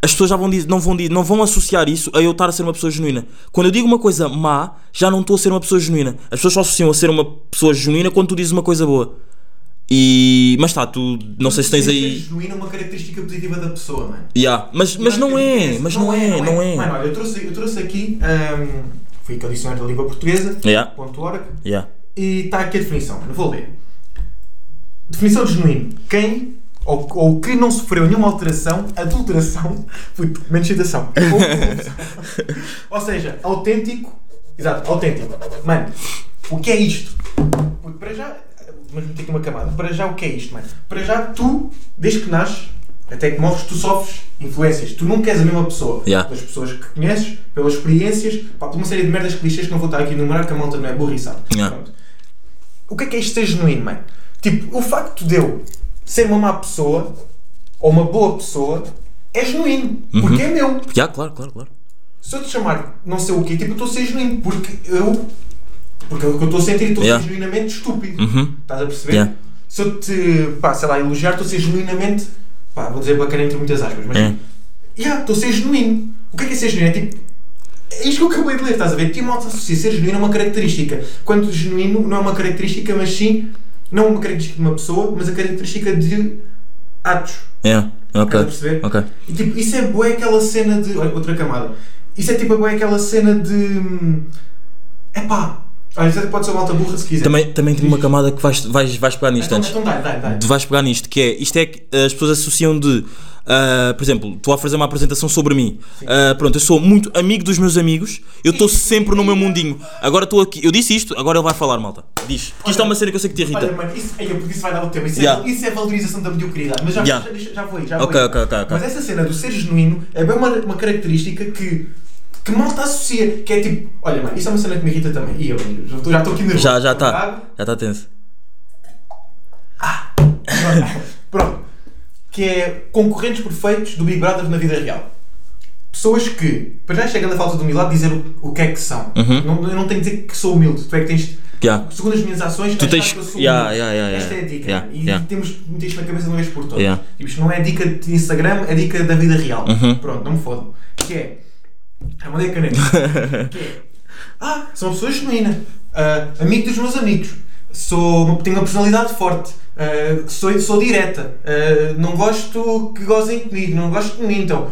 [SPEAKER 3] as pessoas já vão dizer, não, vão, di- não vão associar isso a eu estar a ser uma pessoa genuína. Quando eu digo uma coisa má, já não estou a ser uma pessoa genuína. As pessoas só associam a ser uma pessoa genuína quando tu dizes uma coisa boa. E. Mas tá, tu não sei se tens aí.
[SPEAKER 4] genuína uma característica positiva da pessoa, mano.
[SPEAKER 3] Yeah. Mas, mas
[SPEAKER 4] Eu acho
[SPEAKER 3] não
[SPEAKER 4] que
[SPEAKER 3] é,
[SPEAKER 4] isso
[SPEAKER 3] mas não é, não
[SPEAKER 4] Mano,
[SPEAKER 3] é.
[SPEAKER 4] olha, eu trouxe, eu trouxe aqui. Um, fui aqui ao dicionário da língua portuguesa.
[SPEAKER 3] Yeah.
[SPEAKER 4] Ponto .org,
[SPEAKER 3] Yeah.
[SPEAKER 4] e está aqui a definição, mano. Vou ler. Definição de genuíno. Quem ou, ou que não sofreu nenhuma alteração, adulteração, [LAUGHS] puto, menos citação. Ou, corrupção. ou seja, autêntico. Exato, autêntico. Mano, o que é isto? Puto, para já. Mas meter aqui uma camada. Para já, o que é isto, mano? Para já, tu, desde que nasces, até que morres, tu sofres influências. Tu nunca és a mesma pessoa.
[SPEAKER 3] Yeah.
[SPEAKER 4] Pelas pessoas que conheces, pelas experiências, pá, por uma série de merdas clichês que não vou estar aqui a enumerar, que a malta não é burra e sabe.
[SPEAKER 3] Yeah.
[SPEAKER 4] Pronto. O que é que é isto ser genuíno, mano? Tipo, o facto de eu ser uma má pessoa ou uma boa pessoa é genuíno,
[SPEAKER 3] Uhum.
[SPEAKER 4] porque é meu.
[SPEAKER 3] Yeah, claro, claro, claro.
[SPEAKER 4] Se eu te chamar não sei o quê, tipo, eu estou a ser genuíno, porque eu. Porque é o que eu estou a sentir, estou a
[SPEAKER 3] Yeah.
[SPEAKER 4] ser genuinamente estúpido.
[SPEAKER 3] Uhum.
[SPEAKER 4] Estás a perceber?
[SPEAKER 3] Yeah.
[SPEAKER 4] Se eu te, pá, sei lá, elogiar, estou a ser genuinamente. pá, vou dizer bacana entre muitas aspas, mas.
[SPEAKER 3] É.
[SPEAKER 4] Yeah, estou a ser genuíno. O que é que é ser genuíno? É tipo. É isto que eu acabei de ler, estás a ver? Tipo, malta associa ser genuíno a uma característica. Quando genuíno não é uma característica, mas sim. Não uma característica de uma pessoa, mas a característica de atos.
[SPEAKER 3] Yeah. é, Ok.
[SPEAKER 4] Estás a perceber?
[SPEAKER 3] Ok.
[SPEAKER 4] E tipo, isso é bué aquela cena de. Olha, outra camada. Isso é tipo bué aquela cena de. É pá. Olha, isso até pode ser malta burra se quiser.
[SPEAKER 3] Também, também tem uma camada que vais, vais, vais pegar nisto
[SPEAKER 4] Então,
[SPEAKER 3] antes.
[SPEAKER 4] então dá, dá, dá.
[SPEAKER 3] Tu vais pegar nisto, que é, isto é que as pessoas associam de, ah, por exemplo, tu a fazer uma apresentação sobre mim, Ah, pronto, eu sou muito amigo dos meus amigos, eu estou sempre no meu mundinho, agora estou aqui, eu disse isto, agora ele vai falar, malta, diz, porque isto é uma cena que eu sei que te
[SPEAKER 4] Olha,
[SPEAKER 3] irrita.
[SPEAKER 4] mano, isso, aí, porque isso vai dar o tema. Isso,
[SPEAKER 3] Yeah.
[SPEAKER 4] é, isso é valorização da mediocridade. Mas já,
[SPEAKER 3] Yeah.
[SPEAKER 4] já, deixa- já vou aí, já
[SPEAKER 3] Ok,
[SPEAKER 4] vou aí.
[SPEAKER 3] ok, ok, ok.
[SPEAKER 4] Mas essa cena do ser genuíno é bem uma, uma característica que, que malta associa. Que é tipo, olha, mano, isso é uma cena que me irrita também. E eu, eu já estou já estou aqui nervoso. tá
[SPEAKER 3] Já, tá. já
[SPEAKER 4] Água.
[SPEAKER 3] está, já está tenso.
[SPEAKER 4] Pronto. Que é concorrentes perfeitos do Big Brother na vida real. Pessoas que, para já chega da falta de humildade, dizer o, o que é que são.
[SPEAKER 3] Uhum.
[SPEAKER 4] Não, eu não tenho de dizer que sou humilde. Tu é que tens,
[SPEAKER 3] Yeah.
[SPEAKER 4] segundo as minhas ações,
[SPEAKER 3] Tu
[SPEAKER 4] achar
[SPEAKER 3] tens-
[SPEAKER 4] que eu sou
[SPEAKER 3] yeah,
[SPEAKER 4] humilde.
[SPEAKER 3] yeah, yeah,
[SPEAKER 4] Esta é a
[SPEAKER 3] yeah.
[SPEAKER 4] dica.
[SPEAKER 3] Yeah,
[SPEAKER 4] e
[SPEAKER 3] yeah.
[SPEAKER 4] temos de meter isto na cabeça de uma vez por todas.
[SPEAKER 3] Yeah.
[SPEAKER 4] Tipo, isto não é dica de Instagram, é dica da vida real.
[SPEAKER 3] Uhum.
[SPEAKER 4] Pronto, não me fodam. Que é. Ah, mandei a caneta.
[SPEAKER 3] [LAUGHS]
[SPEAKER 4] que é. Ah, sou uma pessoa genuína. Ah, amigo dos meus amigos. Sou, uma- tenho uma personalidade forte. Ah, sou, sou direta. Ah, não gosto que gozem comigo. Não gosto que me mintam.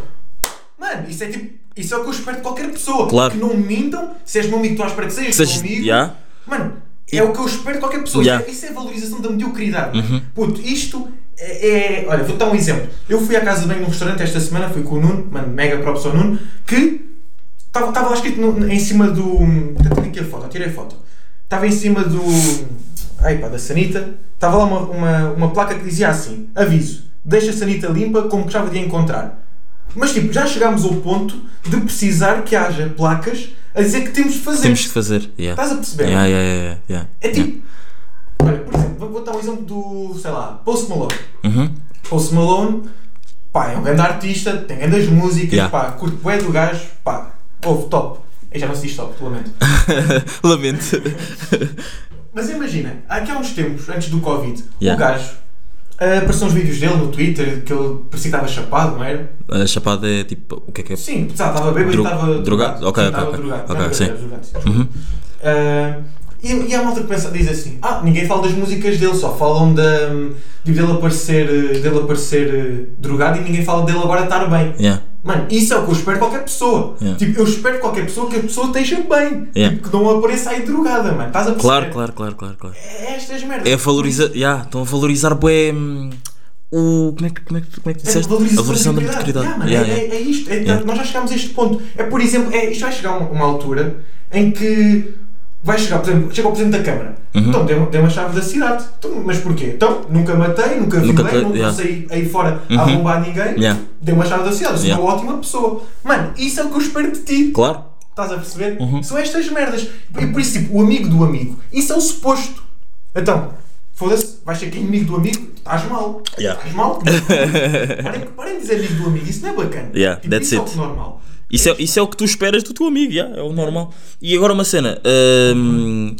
[SPEAKER 4] Mano, isso é tipo. Isso é o que eu espero de qualquer pessoa.
[SPEAKER 3] Claro.
[SPEAKER 4] Que não me mintam. Se és meu amigo, tu à espera que sejas
[SPEAKER 3] Sejas-
[SPEAKER 4] meu amigo.
[SPEAKER 3] yeah.
[SPEAKER 4] Mano, é o que eu espero de qualquer pessoa.
[SPEAKER 3] Yeah. Uhum.
[SPEAKER 4] Isso é- Isso é valorização da mediocridade. mano. Puto, isto é, é- Olha, vou dar um exemplo. Eu fui à casa de banho num restaurante esta semana, fui com o Nuno, mano, mega props ao Nuno, que estava estava lá escrito no- em cima do. Até tenho aqui a foto, tirei a foto. Estava em cima do. Ai pá, da Sanita. Estava lá uma, uma, uma placa que dizia assim: aviso, deixa a Sanita limpa como gostava de a encontrar. Mas tipo, já chegámos ao ponto de precisar que haja placas a dizer que temos de fazer.
[SPEAKER 3] Temos que fazer, yeah.
[SPEAKER 4] Estás a perceber?
[SPEAKER 3] Yeah, yeah, yeah, yeah.
[SPEAKER 4] Tá É tipo. Olha, por exemplo, vou- vou dar um exemplo do. sei lá, Post Malone.
[SPEAKER 3] Uhum.
[SPEAKER 4] Post Malone, pá, é um grande artista, tem grandes músicas,
[SPEAKER 3] Yeah.
[SPEAKER 4] pá, curto bué do gajo, pá, ouve top. Eu já não se diz top, lamento.
[SPEAKER 3] [LAUGHS] Lamento. [LAUGHS]
[SPEAKER 4] Mas imagina, aqui há uns tempos, antes do Covid, o
[SPEAKER 3] Yeah.
[SPEAKER 4] gajo. ah, apareceram uns vídeos dele no Twitter que ele parecia que estava chapado, não era?
[SPEAKER 3] A chapada é tipo, o que é que é?
[SPEAKER 4] Sim, sabe, estava bêbado e
[SPEAKER 3] Dro-
[SPEAKER 4] estava.
[SPEAKER 3] drogado? Ok,
[SPEAKER 4] Sim,
[SPEAKER 3] ok,
[SPEAKER 4] Estava
[SPEAKER 3] ok.
[SPEAKER 4] drogado.
[SPEAKER 3] Ok,
[SPEAKER 4] Não,
[SPEAKER 3] sim. Uhum.
[SPEAKER 4] drogado, desculpa. Ah, e, e a malta começa a dizer assim: Ah, ninguém fala das músicas dele, só falam da, de dele aparecer, eh, dele aparecer eh, drogado e ninguém fala dele agora estar bem.
[SPEAKER 3] Yeah.
[SPEAKER 4] Mano, isso é o que eu espero de qualquer pessoa.
[SPEAKER 3] Yeah.
[SPEAKER 4] Tipo, eu espero de qualquer pessoa que a pessoa esteja bem.
[SPEAKER 3] Yeah.
[SPEAKER 4] Tipo, que não apareça aí drogada, mano. Estás a perceber?
[SPEAKER 3] Claro, claro, claro, claro, claro.
[SPEAKER 4] É estas merdas.
[SPEAKER 3] É valorizar, yeah, estão a valorizar bué, hum, o, como é que, como é que, como é que
[SPEAKER 4] É
[SPEAKER 3] disseste?
[SPEAKER 4] valorização,
[SPEAKER 3] a valorização da
[SPEAKER 4] mediocridade.
[SPEAKER 3] mediocridade.
[SPEAKER 4] Yeah,
[SPEAKER 3] Yeah,
[SPEAKER 4] mano, é,
[SPEAKER 3] yeah.
[SPEAKER 4] é- é isto. É-
[SPEAKER 3] Yeah.
[SPEAKER 4] Nós já chegámos a este ponto. É, por exemplo, é, isto vai chegar a uma, uma altura em que vai chegar, por exemplo, chega ao Presidente da Câmara.
[SPEAKER 3] Uhum.
[SPEAKER 4] Então, deu, deu uma chave da cidade. Então, mas porquê? Então, nunca matei, nunca
[SPEAKER 3] Nunca
[SPEAKER 4] violei, nunca,
[SPEAKER 3] te- yeah. Uhum.
[SPEAKER 4] saí aí fora a bombar ninguém.
[SPEAKER 3] Yeah.
[SPEAKER 4] Deu uma chave da cidade. Sou
[SPEAKER 3] Yeah.
[SPEAKER 4] uma ótima pessoa. Mano, isso é o que eu espero de ti.
[SPEAKER 3] Claro.
[SPEAKER 4] Estás a perceber?
[SPEAKER 3] Uhum.
[SPEAKER 4] São estas merdas. E por isso, tipo, o amigo do amigo, isso é o suposto. Então, foda-se, vais ser aqui inimigo do amigo, estás mal.
[SPEAKER 3] Yeah.
[SPEAKER 4] Estás
[SPEAKER 3] [LAUGHS]
[SPEAKER 4] mal? parem, parem de dizer amigo do amigo, isso não é bacana.
[SPEAKER 3] Yeah,
[SPEAKER 4] Tipo,
[SPEAKER 3] that's
[SPEAKER 4] isso é
[SPEAKER 3] it.
[SPEAKER 4] o normal.
[SPEAKER 3] Isso é, isso é o que tu esperas do teu amigo, yeah, é o normal. E agora uma cena. hum,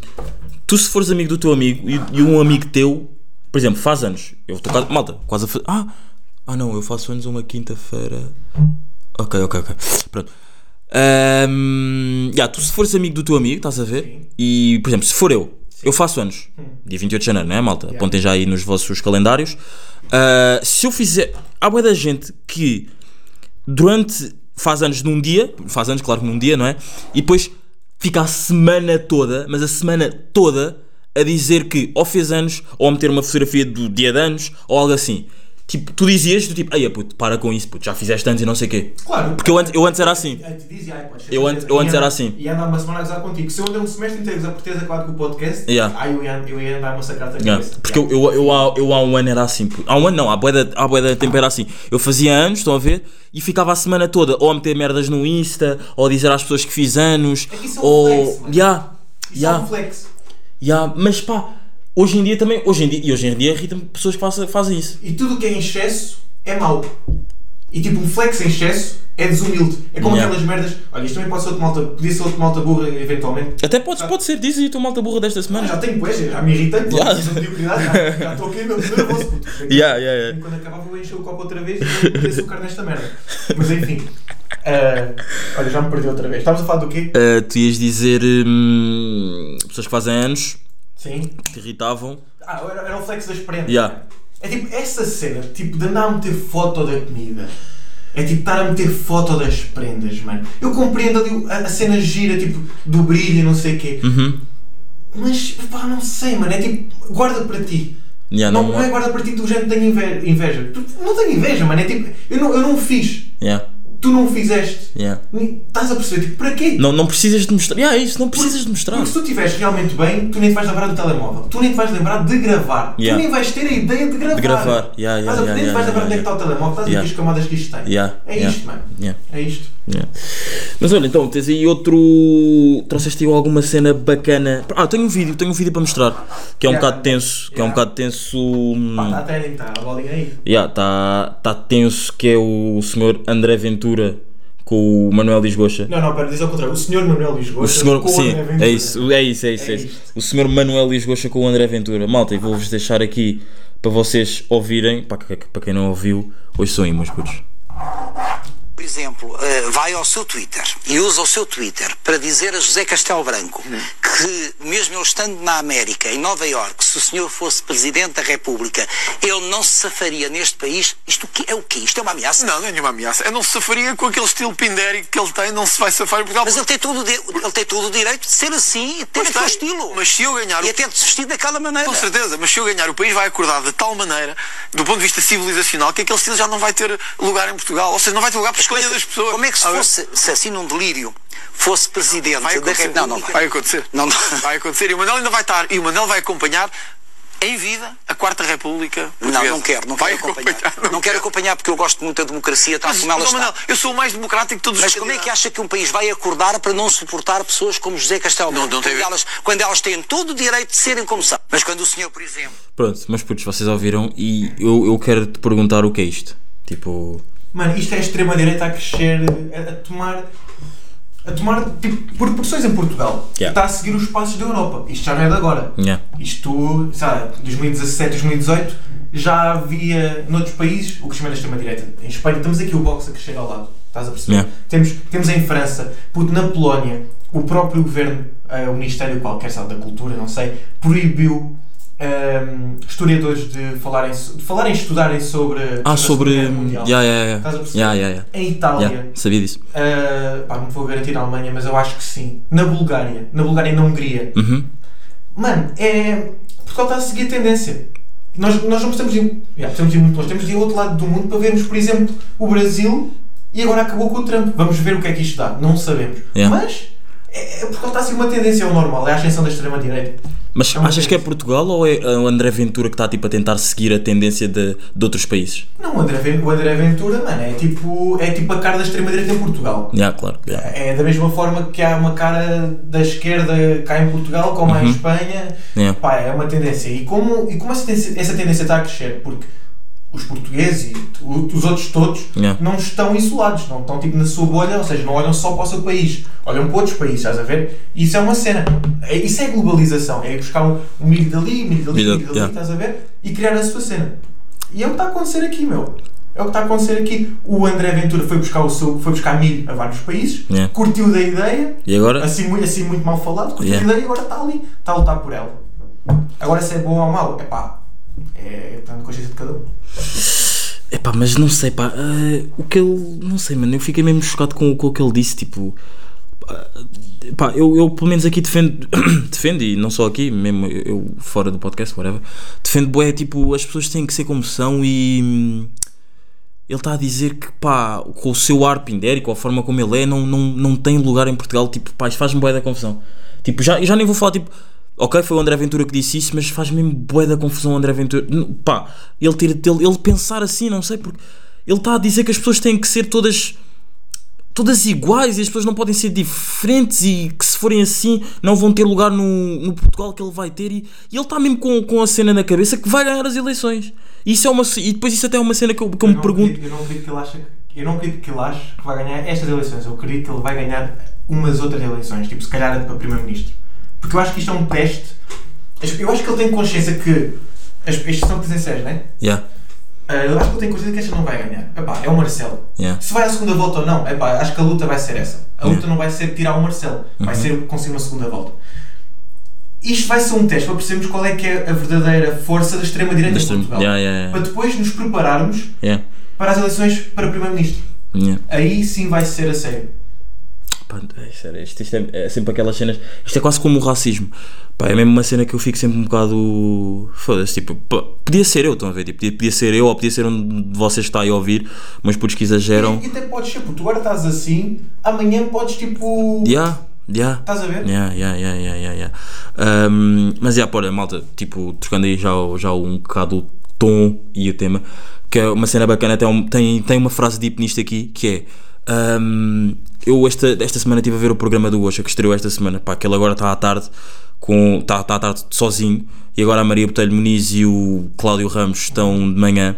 [SPEAKER 3] tu se fores amigo do teu amigo e, e um amigo teu, por exemplo, faz anos. Eu estou quase. Malta, quase a fazer. Ah, ah não, eu faço anos uma quinta-feira. Ok, ok, ok. Pronto. Ahm, yeah, tu se fores amigo do teu amigo, estás a ver?
[SPEAKER 4] Sim.
[SPEAKER 3] E, por exemplo, se for eu, eu faço anos, dia 28 de janeiro, não é, malta? Apontem já aí nos vossos calendários. Ah, se eu fizer. Há boa da gente que durante. faz anos num dia, faz anos, claro que num dia, não é? E depois fica a semana toda, mas a semana toda, a dizer que ou fez anos, ou a meter uma fotografia do dia de anos, ou algo assim. Tipo, tu dizias, do tipo, ai puto, para com isso, puto, já fizeste anos e não sei o quê.
[SPEAKER 4] Claro.
[SPEAKER 3] Porque eu antes, eu antes era assim.
[SPEAKER 4] Aí te diz, "Ai, podes ser
[SPEAKER 3] Eu antes-
[SPEAKER 4] certeza."
[SPEAKER 3] eu antes
[SPEAKER 4] E
[SPEAKER 3] era
[SPEAKER 4] anda-
[SPEAKER 3] assim.
[SPEAKER 4] E andar uma semana a gozar contigo. Se eu andar um semestre inteiro a gozar por teres acabado com o podcast,
[SPEAKER 3] Yeah.
[SPEAKER 4] aí eu ia, eu ia andar a massacrar-te a
[SPEAKER 3] Yeah,
[SPEAKER 4] cabeça.
[SPEAKER 3] Porque eu, eu, eu, há- eu há um ano era assim. puto. Há um ano não, há boeda, há bué de tempo era assim. Eu fazia anos, estão a ver? E ficava a semana toda ou a meter merdas no Insta, ou a dizer às pessoas que fiz anos,
[SPEAKER 4] É que isso é um
[SPEAKER 3] ou.
[SPEAKER 4] flex, mano.
[SPEAKER 3] yeah,
[SPEAKER 4] Isso é um
[SPEAKER 3] yeah,
[SPEAKER 4] flex.
[SPEAKER 3] yeah. Mas pá, hoje em dia também, hoje em dia, e hoje em dia irritam pessoas que façam, fazem isso.
[SPEAKER 4] E tudo o que é em excesso é mau. E tipo, um flex em excesso é desumilde. É como
[SPEAKER 3] Yeah.
[SPEAKER 4] aquelas merdas. Olha, isto também pode ser outro malta. Podia ser outro malta burra eventualmente.
[SPEAKER 3] Até podes, pode ser, diz aí a tua malta burra desta
[SPEAKER 4] Ah, já
[SPEAKER 3] semana.
[SPEAKER 4] tenho poesia, já me irritei, pô,
[SPEAKER 3] Yeah.
[SPEAKER 4] preciso de mediocridade, já- já estou aqui no meu primeiro bolso, puto.
[SPEAKER 3] [LAUGHS] Yeah, yeah, yeah.
[SPEAKER 4] Quando acabar vou encher o copo outra vez e vou meter açúcar nesta merda. Mas enfim. ah, olha, já me perdi outra vez. Estavas a falar do quê?
[SPEAKER 3] Ah, tu ias dizer hum, pessoas que fazem anos,
[SPEAKER 4] Sim.
[SPEAKER 3] que te irritavam.
[SPEAKER 4] Ah, era, era um flex das prendas.
[SPEAKER 3] Yeah.
[SPEAKER 4] É tipo, essa cena, tipo, de andar a meter foto da comida. É tipo, estar a meter foto das prendas, mano. Eu compreendo ali o- a, a cena gira, tipo, do brilho e não sei o quê.
[SPEAKER 3] Uhum.
[SPEAKER 4] Mas, pá, não sei, mano. É tipo, guarda para ti.
[SPEAKER 3] Yeah,
[SPEAKER 4] não,
[SPEAKER 3] não,
[SPEAKER 4] não é guarda para ti do género que tenho inve- inveja. Tu, não tenho inveja, mano. É tipo, eu não, eu não fiz.
[SPEAKER 3] yeah,
[SPEAKER 4] Tu não fizeste.
[SPEAKER 3] yeah.
[SPEAKER 4] Nem- Estás a perceber? Tipo, para quê?
[SPEAKER 3] Não, não precisas de mostrar. Yeah, é isso, não precisas de mostrar.
[SPEAKER 4] Porque se tu estiveres realmente bem, tu nem te vais lembrar do telemóvel, tu nem te vais lembrar de gravar,
[SPEAKER 3] Yeah.
[SPEAKER 4] tu nem vais ter a ideia de gravar.
[SPEAKER 3] De gravar. Yeah, yeah,
[SPEAKER 4] Estás a ver?
[SPEAKER 3] yeah,
[SPEAKER 4] nem te
[SPEAKER 3] yeah,
[SPEAKER 4] vais lembrar onde é que
[SPEAKER 3] yeah,
[SPEAKER 4] está o telemóvel, estás a ver
[SPEAKER 3] Yeah.
[SPEAKER 4] as camadas que isto tem.
[SPEAKER 3] Yeah,
[SPEAKER 4] É
[SPEAKER 3] yeah.
[SPEAKER 4] isto, mano.
[SPEAKER 3] Yeah,
[SPEAKER 4] É isto.
[SPEAKER 3] yeah. Mas olha, então, tens aí outro. Trouxeste aí alguma cena bacana. Ah, tenho um vídeo, tenho um vídeo para mostrar. Que é um
[SPEAKER 4] Yeah.
[SPEAKER 3] bocado tenso. Que é um
[SPEAKER 4] Yeah.
[SPEAKER 3] bocado tenso. hum,
[SPEAKER 4] Pá, está até está a bolinha aí.
[SPEAKER 3] Yeah, tá, tá tenso que é o senhor André Ventura com o Manuel Lisgocha.
[SPEAKER 4] Não, não, pera, diz ao contrário. O senhor Manuel Lisboa. é
[SPEAKER 3] O senhor,
[SPEAKER 4] com
[SPEAKER 3] sim,
[SPEAKER 4] André Ventura.
[SPEAKER 3] é isso, é isso, é isso,
[SPEAKER 4] É
[SPEAKER 3] é isso.
[SPEAKER 4] isto.
[SPEAKER 3] O senhor Manuel Lisgocha com o André Ventura. Malta, e vou-vos deixar aqui para vocês ouvirem. Para, que- para quem não ouviu, hoje são aí, meus putos.
[SPEAKER 5] por exemplo, eh, vai ao seu Twitter e usa o seu Twitter para dizer a José Castelo Branco
[SPEAKER 6] Hum.
[SPEAKER 5] que, mesmo ele estando na América, em Nova Iorque, se o senhor fosse presidente da República, ele não se safaria neste país, isto o quê? é o quê? Isto é uma ameaça?
[SPEAKER 6] Não, não é nenhuma ameaça. Eu não se safaria com aquele estilo pindérico que ele tem, não se vai safar em Portugal.
[SPEAKER 5] Mas ele tem, todo, o di- ele tem todo o direito de ser assim e ter
[SPEAKER 6] Pois
[SPEAKER 5] o seu
[SPEAKER 6] tem,
[SPEAKER 5] estilo.
[SPEAKER 6] Mas se eu ganhar
[SPEAKER 5] E
[SPEAKER 6] o...
[SPEAKER 5] até de se vestir daquela maneira.
[SPEAKER 6] Com certeza, mas se eu ganhar o país vai acordar de tal maneira, do ponto de vista civilizacional, que aquele estilo já não vai ter lugar em Portugal. Ou seja, não vai ter lugar por escolha das pessoas.
[SPEAKER 5] Como é que se
[SPEAKER 6] Ah,
[SPEAKER 5] fosse, se assim num delírio, fosse presidente
[SPEAKER 6] Vai
[SPEAKER 5] da
[SPEAKER 6] acontecer.
[SPEAKER 5] República... Não, não
[SPEAKER 6] vai.
[SPEAKER 5] vai.
[SPEAKER 6] acontecer.
[SPEAKER 5] Não, não.
[SPEAKER 6] Vai acontecer. E o Manuel ainda vai estar. E o Manuel vai acompanhar em vida a Quarta República.
[SPEAKER 5] Não,
[SPEAKER 6] Portuguesa.
[SPEAKER 5] não quero, não
[SPEAKER 6] vai
[SPEAKER 5] quero acompanhar. Não,
[SPEAKER 6] não
[SPEAKER 5] quero acompanhar porque eu gosto muito da democracia, tal
[SPEAKER 6] Mas,
[SPEAKER 5] como ela
[SPEAKER 6] Dom
[SPEAKER 5] está.
[SPEAKER 6] Manuel, eu sou o mais democrático de todos
[SPEAKER 5] Mas
[SPEAKER 6] os
[SPEAKER 5] como é que
[SPEAKER 6] candidatos.
[SPEAKER 5] acha que um país vai acordar para não suportar pessoas como José Castelo
[SPEAKER 6] Não,
[SPEAKER 5] Branco?
[SPEAKER 6] não tem a
[SPEAKER 5] quando,
[SPEAKER 6] ver.
[SPEAKER 5] elas, quando elas têm todo o direito de serem como são. Mas quando o senhor, por exemplo,
[SPEAKER 3] Pronto, mas putos, vocês ouviram e eu, eu quero te perguntar o que é isto. Tipo.
[SPEAKER 4] Mano, isto é a extrema-direita a crescer, a, a tomar. a tomar tipo, proporções em Portugal.
[SPEAKER 3] Yeah.
[SPEAKER 4] Está a seguir os passos da Europa. Isto já não é de agora.
[SPEAKER 3] Yeah.
[SPEAKER 4] Isto, sabe, 2017, 2018, já havia noutros países o crescimento da extrema-direita. Em Espanha temos aqui o box a crescer ao lado. Estás a perceber?
[SPEAKER 3] Yeah.
[SPEAKER 4] Temos, temos em França, puto, na Polónia, o próprio governo, eh, o Ministério qualquer, sabe, da Cultura, não sei, proibiu ehm, historiadores de falarem, so- de falarem e estudarem sobre.
[SPEAKER 3] Ah,
[SPEAKER 4] a
[SPEAKER 3] sobre.
[SPEAKER 4] Segunda Guerra
[SPEAKER 3] Yeah,
[SPEAKER 4] Mundial.
[SPEAKER 3] yeah,
[SPEAKER 4] Estás a
[SPEAKER 3] yeah.
[SPEAKER 4] perceber?
[SPEAKER 3] Yeah, yeah,
[SPEAKER 4] Em
[SPEAKER 3] yeah.
[SPEAKER 4] Itália,
[SPEAKER 3] yeah. Sabia disso.
[SPEAKER 4] eh, pá, não te vou garantir a Alemanha, mas eu acho que sim. Na Bulgária, na Bulgária e na Hungria,
[SPEAKER 3] Uhum.
[SPEAKER 4] Mano, é. Portugal está a seguir a tendência. Nós, nós não precisamos de, ir, yeah, precisamos de ir muito longe, temos de ir ao outro lado do mundo para vermos, por exemplo, o Brasil e agora acabou com o Trump. Vamos ver o que é que isto dá, não sabemos.
[SPEAKER 3] Yeah.
[SPEAKER 4] Mas é, é- Portugal está a seguir uma tendência ao normal, é a ascensão da extrema-direita.
[SPEAKER 3] Mas
[SPEAKER 4] É uma
[SPEAKER 3] achas que é
[SPEAKER 4] tendência.
[SPEAKER 3] Portugal ou é o André Ventura que está tipo, a tentar seguir a tendência de, de outros países?
[SPEAKER 4] Não, o André, Ven- o André Ventura, mano, é tipo, é tipo a cara da extrema-direita em Portugal.
[SPEAKER 3] Yeah, claro. Yeah.
[SPEAKER 4] É da mesma forma que há uma cara da esquerda cá em Portugal, como há em Espanha.
[SPEAKER 3] Uhum. Yeah.
[SPEAKER 4] Pá, é uma tendência. E como, e como essa, tendência, essa tendência está a crescer? Porque os portugueses e o- os outros todos
[SPEAKER 3] Yeah.
[SPEAKER 4] não estão isolados, não estão tipo na sua bolha, ou seja, não olham só para o seu país, olham para outros países, estás a ver? Isso é uma cena. É- Isso é globalização. É ir buscar um, um milho dali, milho dali,
[SPEAKER 3] Milho-
[SPEAKER 4] milho dali,
[SPEAKER 3] yeah.
[SPEAKER 4] estás a ver? E criar a sua cena. E é o que está a acontecer aqui, meu. É o que está a acontecer aqui. O André Ventura foi buscar, o seu, foi buscar milho a vários países,
[SPEAKER 3] Yeah.
[SPEAKER 4] curtiu da ideia,
[SPEAKER 3] E agora?
[SPEAKER 4] assim, mui- assim muito mal falado, curtiu
[SPEAKER 3] Yeah.
[SPEAKER 4] da ideia e agora está ali, está a lutar por ela. Agora se é bom ou mau, é pá, é tanto consciência de cada um.
[SPEAKER 3] Epá, mas não sei, pá. eh, o que ele. Não sei, mano. Eu fiquei mesmo chocado com, o- com o que ele disse. Tipo. ah, Pá, eu, eu pelo menos aqui defendo. [COUGHS] defendo, e não só aqui, mesmo eu, eu fora do podcast, whatever. Defendo, boé, tipo, as pessoas têm que ser como são e. hum, Ele está a dizer que, pá, com o seu ar pindérico, a forma como ele é, não, não, não tem lugar em Portugal. Tipo, pá, isto faz-me boé da confusão. Tipo, já, eu já nem vou falar, tipo. Ok, foi o André Ventura que disse isso, mas faz mesmo bué da confusão o André Ventura. N- Pá, ele, ter, ele, ele pensar assim, não sei porque. Ele está a dizer que as pessoas têm que ser todas. Todas iguais e as pessoas não podem ser diferentes e que se forem assim não vão ter lugar no, no Portugal que ele vai ter e, e ele está mesmo com, com a cena na cabeça que vai ganhar as eleições. E, isso é uma, ce- e depois isso até é uma cena que eu, que eu me
[SPEAKER 4] não
[SPEAKER 3] pergunto.
[SPEAKER 4] acredito- eu não acredito que ele acha que- eu não acredito que ele ache que vai ganhar estas eleições. Eu acredito que ele vai ganhar umas outras eleições, tipo se calhar a de para primeiro-ministro. Porque eu acho que isto é um teste. Eu acho que ele tem consciência que. As, estes são 16, não é?
[SPEAKER 3] Yeah,
[SPEAKER 4] Ah, Eu acho que ele tem consciência que esta não vai ganhar. Epá, é o Marcelo.
[SPEAKER 3] yeah.
[SPEAKER 4] Se vai à segunda volta ou não, epá, acho que a luta vai ser essa. A luta não vai ser tirar o Marcelo, vai
[SPEAKER 3] Uhum.
[SPEAKER 4] ser conseguir uma segunda volta. Isto vai ser um teste para percebermos qual é que é a verdadeira força da extrema-direita
[SPEAKER 3] Da
[SPEAKER 4] em
[SPEAKER 3] extrema-
[SPEAKER 4] Portugal.
[SPEAKER 3] Yeah, yeah, yeah.
[SPEAKER 4] Para depois nos prepararmos
[SPEAKER 3] yeah,
[SPEAKER 4] para as eleições para Primeiro-Ministro.
[SPEAKER 3] yeah.
[SPEAKER 4] Aí sim vai ser a sério.
[SPEAKER 3] Pá, é sério, isto, isto é, é sempre aquelas cenas. Isto é quase como o racismo. Pá, é mesmo uma cena que eu fico sempre um bocado. Foda-se, tipo, pá, podia ser eu, estão a ver? Tipo, podia, podia ser eu ou podia ser um de vocês que está aí a ouvir, mas putos que
[SPEAKER 4] [LAUGHS]
[SPEAKER 3] exageram.
[SPEAKER 4] E até podes ser, porque tu agora estás assim, amanhã podes tipo.
[SPEAKER 3] Yeah, yeah.
[SPEAKER 4] Estás a ver?
[SPEAKER 3] Yeah, yeah, yeah, yeah, yeah, yeah. Um, mas yeah, pô, olha, malta, tipo, trocando aí já, o- já um bocado o tom e o tema, que é uma cena bacana, até um- tem, tem uma frase deep nisto aqui, que é. um, eu esta, esta semana estive a ver o programa do Osha que estreou esta semana, pá, que ele agora está à tarde com está está à tarde sozinho e agora a Maria Botelho Muniz e o Cláudio Ramos estão de manhã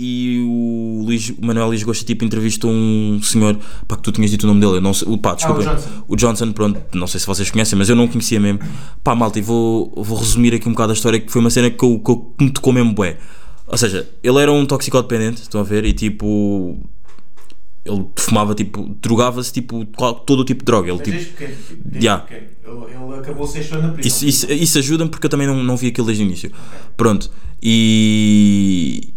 [SPEAKER 3] e o Luís, o Manuel Luís Gosta tipo entrevistou um senhor pá, que tu tinhas dito o nome dele, eu não sei, o- pá, desculpa
[SPEAKER 4] Ah, Johnson.
[SPEAKER 3] o Johnson, pronto, não sei se vocês conhecem, mas eu não conhecia mesmo. Pá, malta, e vou, vou resumir aqui um bocado a história que foi uma cena que, eu, que, eu- que me tocou mesmo bué. Ou seja, ele era um toxicodependente, estão a ver, e tipo. Ele fumava, tipo, drogava-se, tipo, qual- todo o tipo de droga. Ele,
[SPEAKER 4] Mas
[SPEAKER 3] tipo,
[SPEAKER 4] desde pequeno, tipo, desde
[SPEAKER 3] Yeah.
[SPEAKER 4] pequeno. Ele, ele acabou sexto na prisão.
[SPEAKER 3] isso, isso, isso ajuda-me porque eu também não, não vi aquilo desde o início. Pronto. E.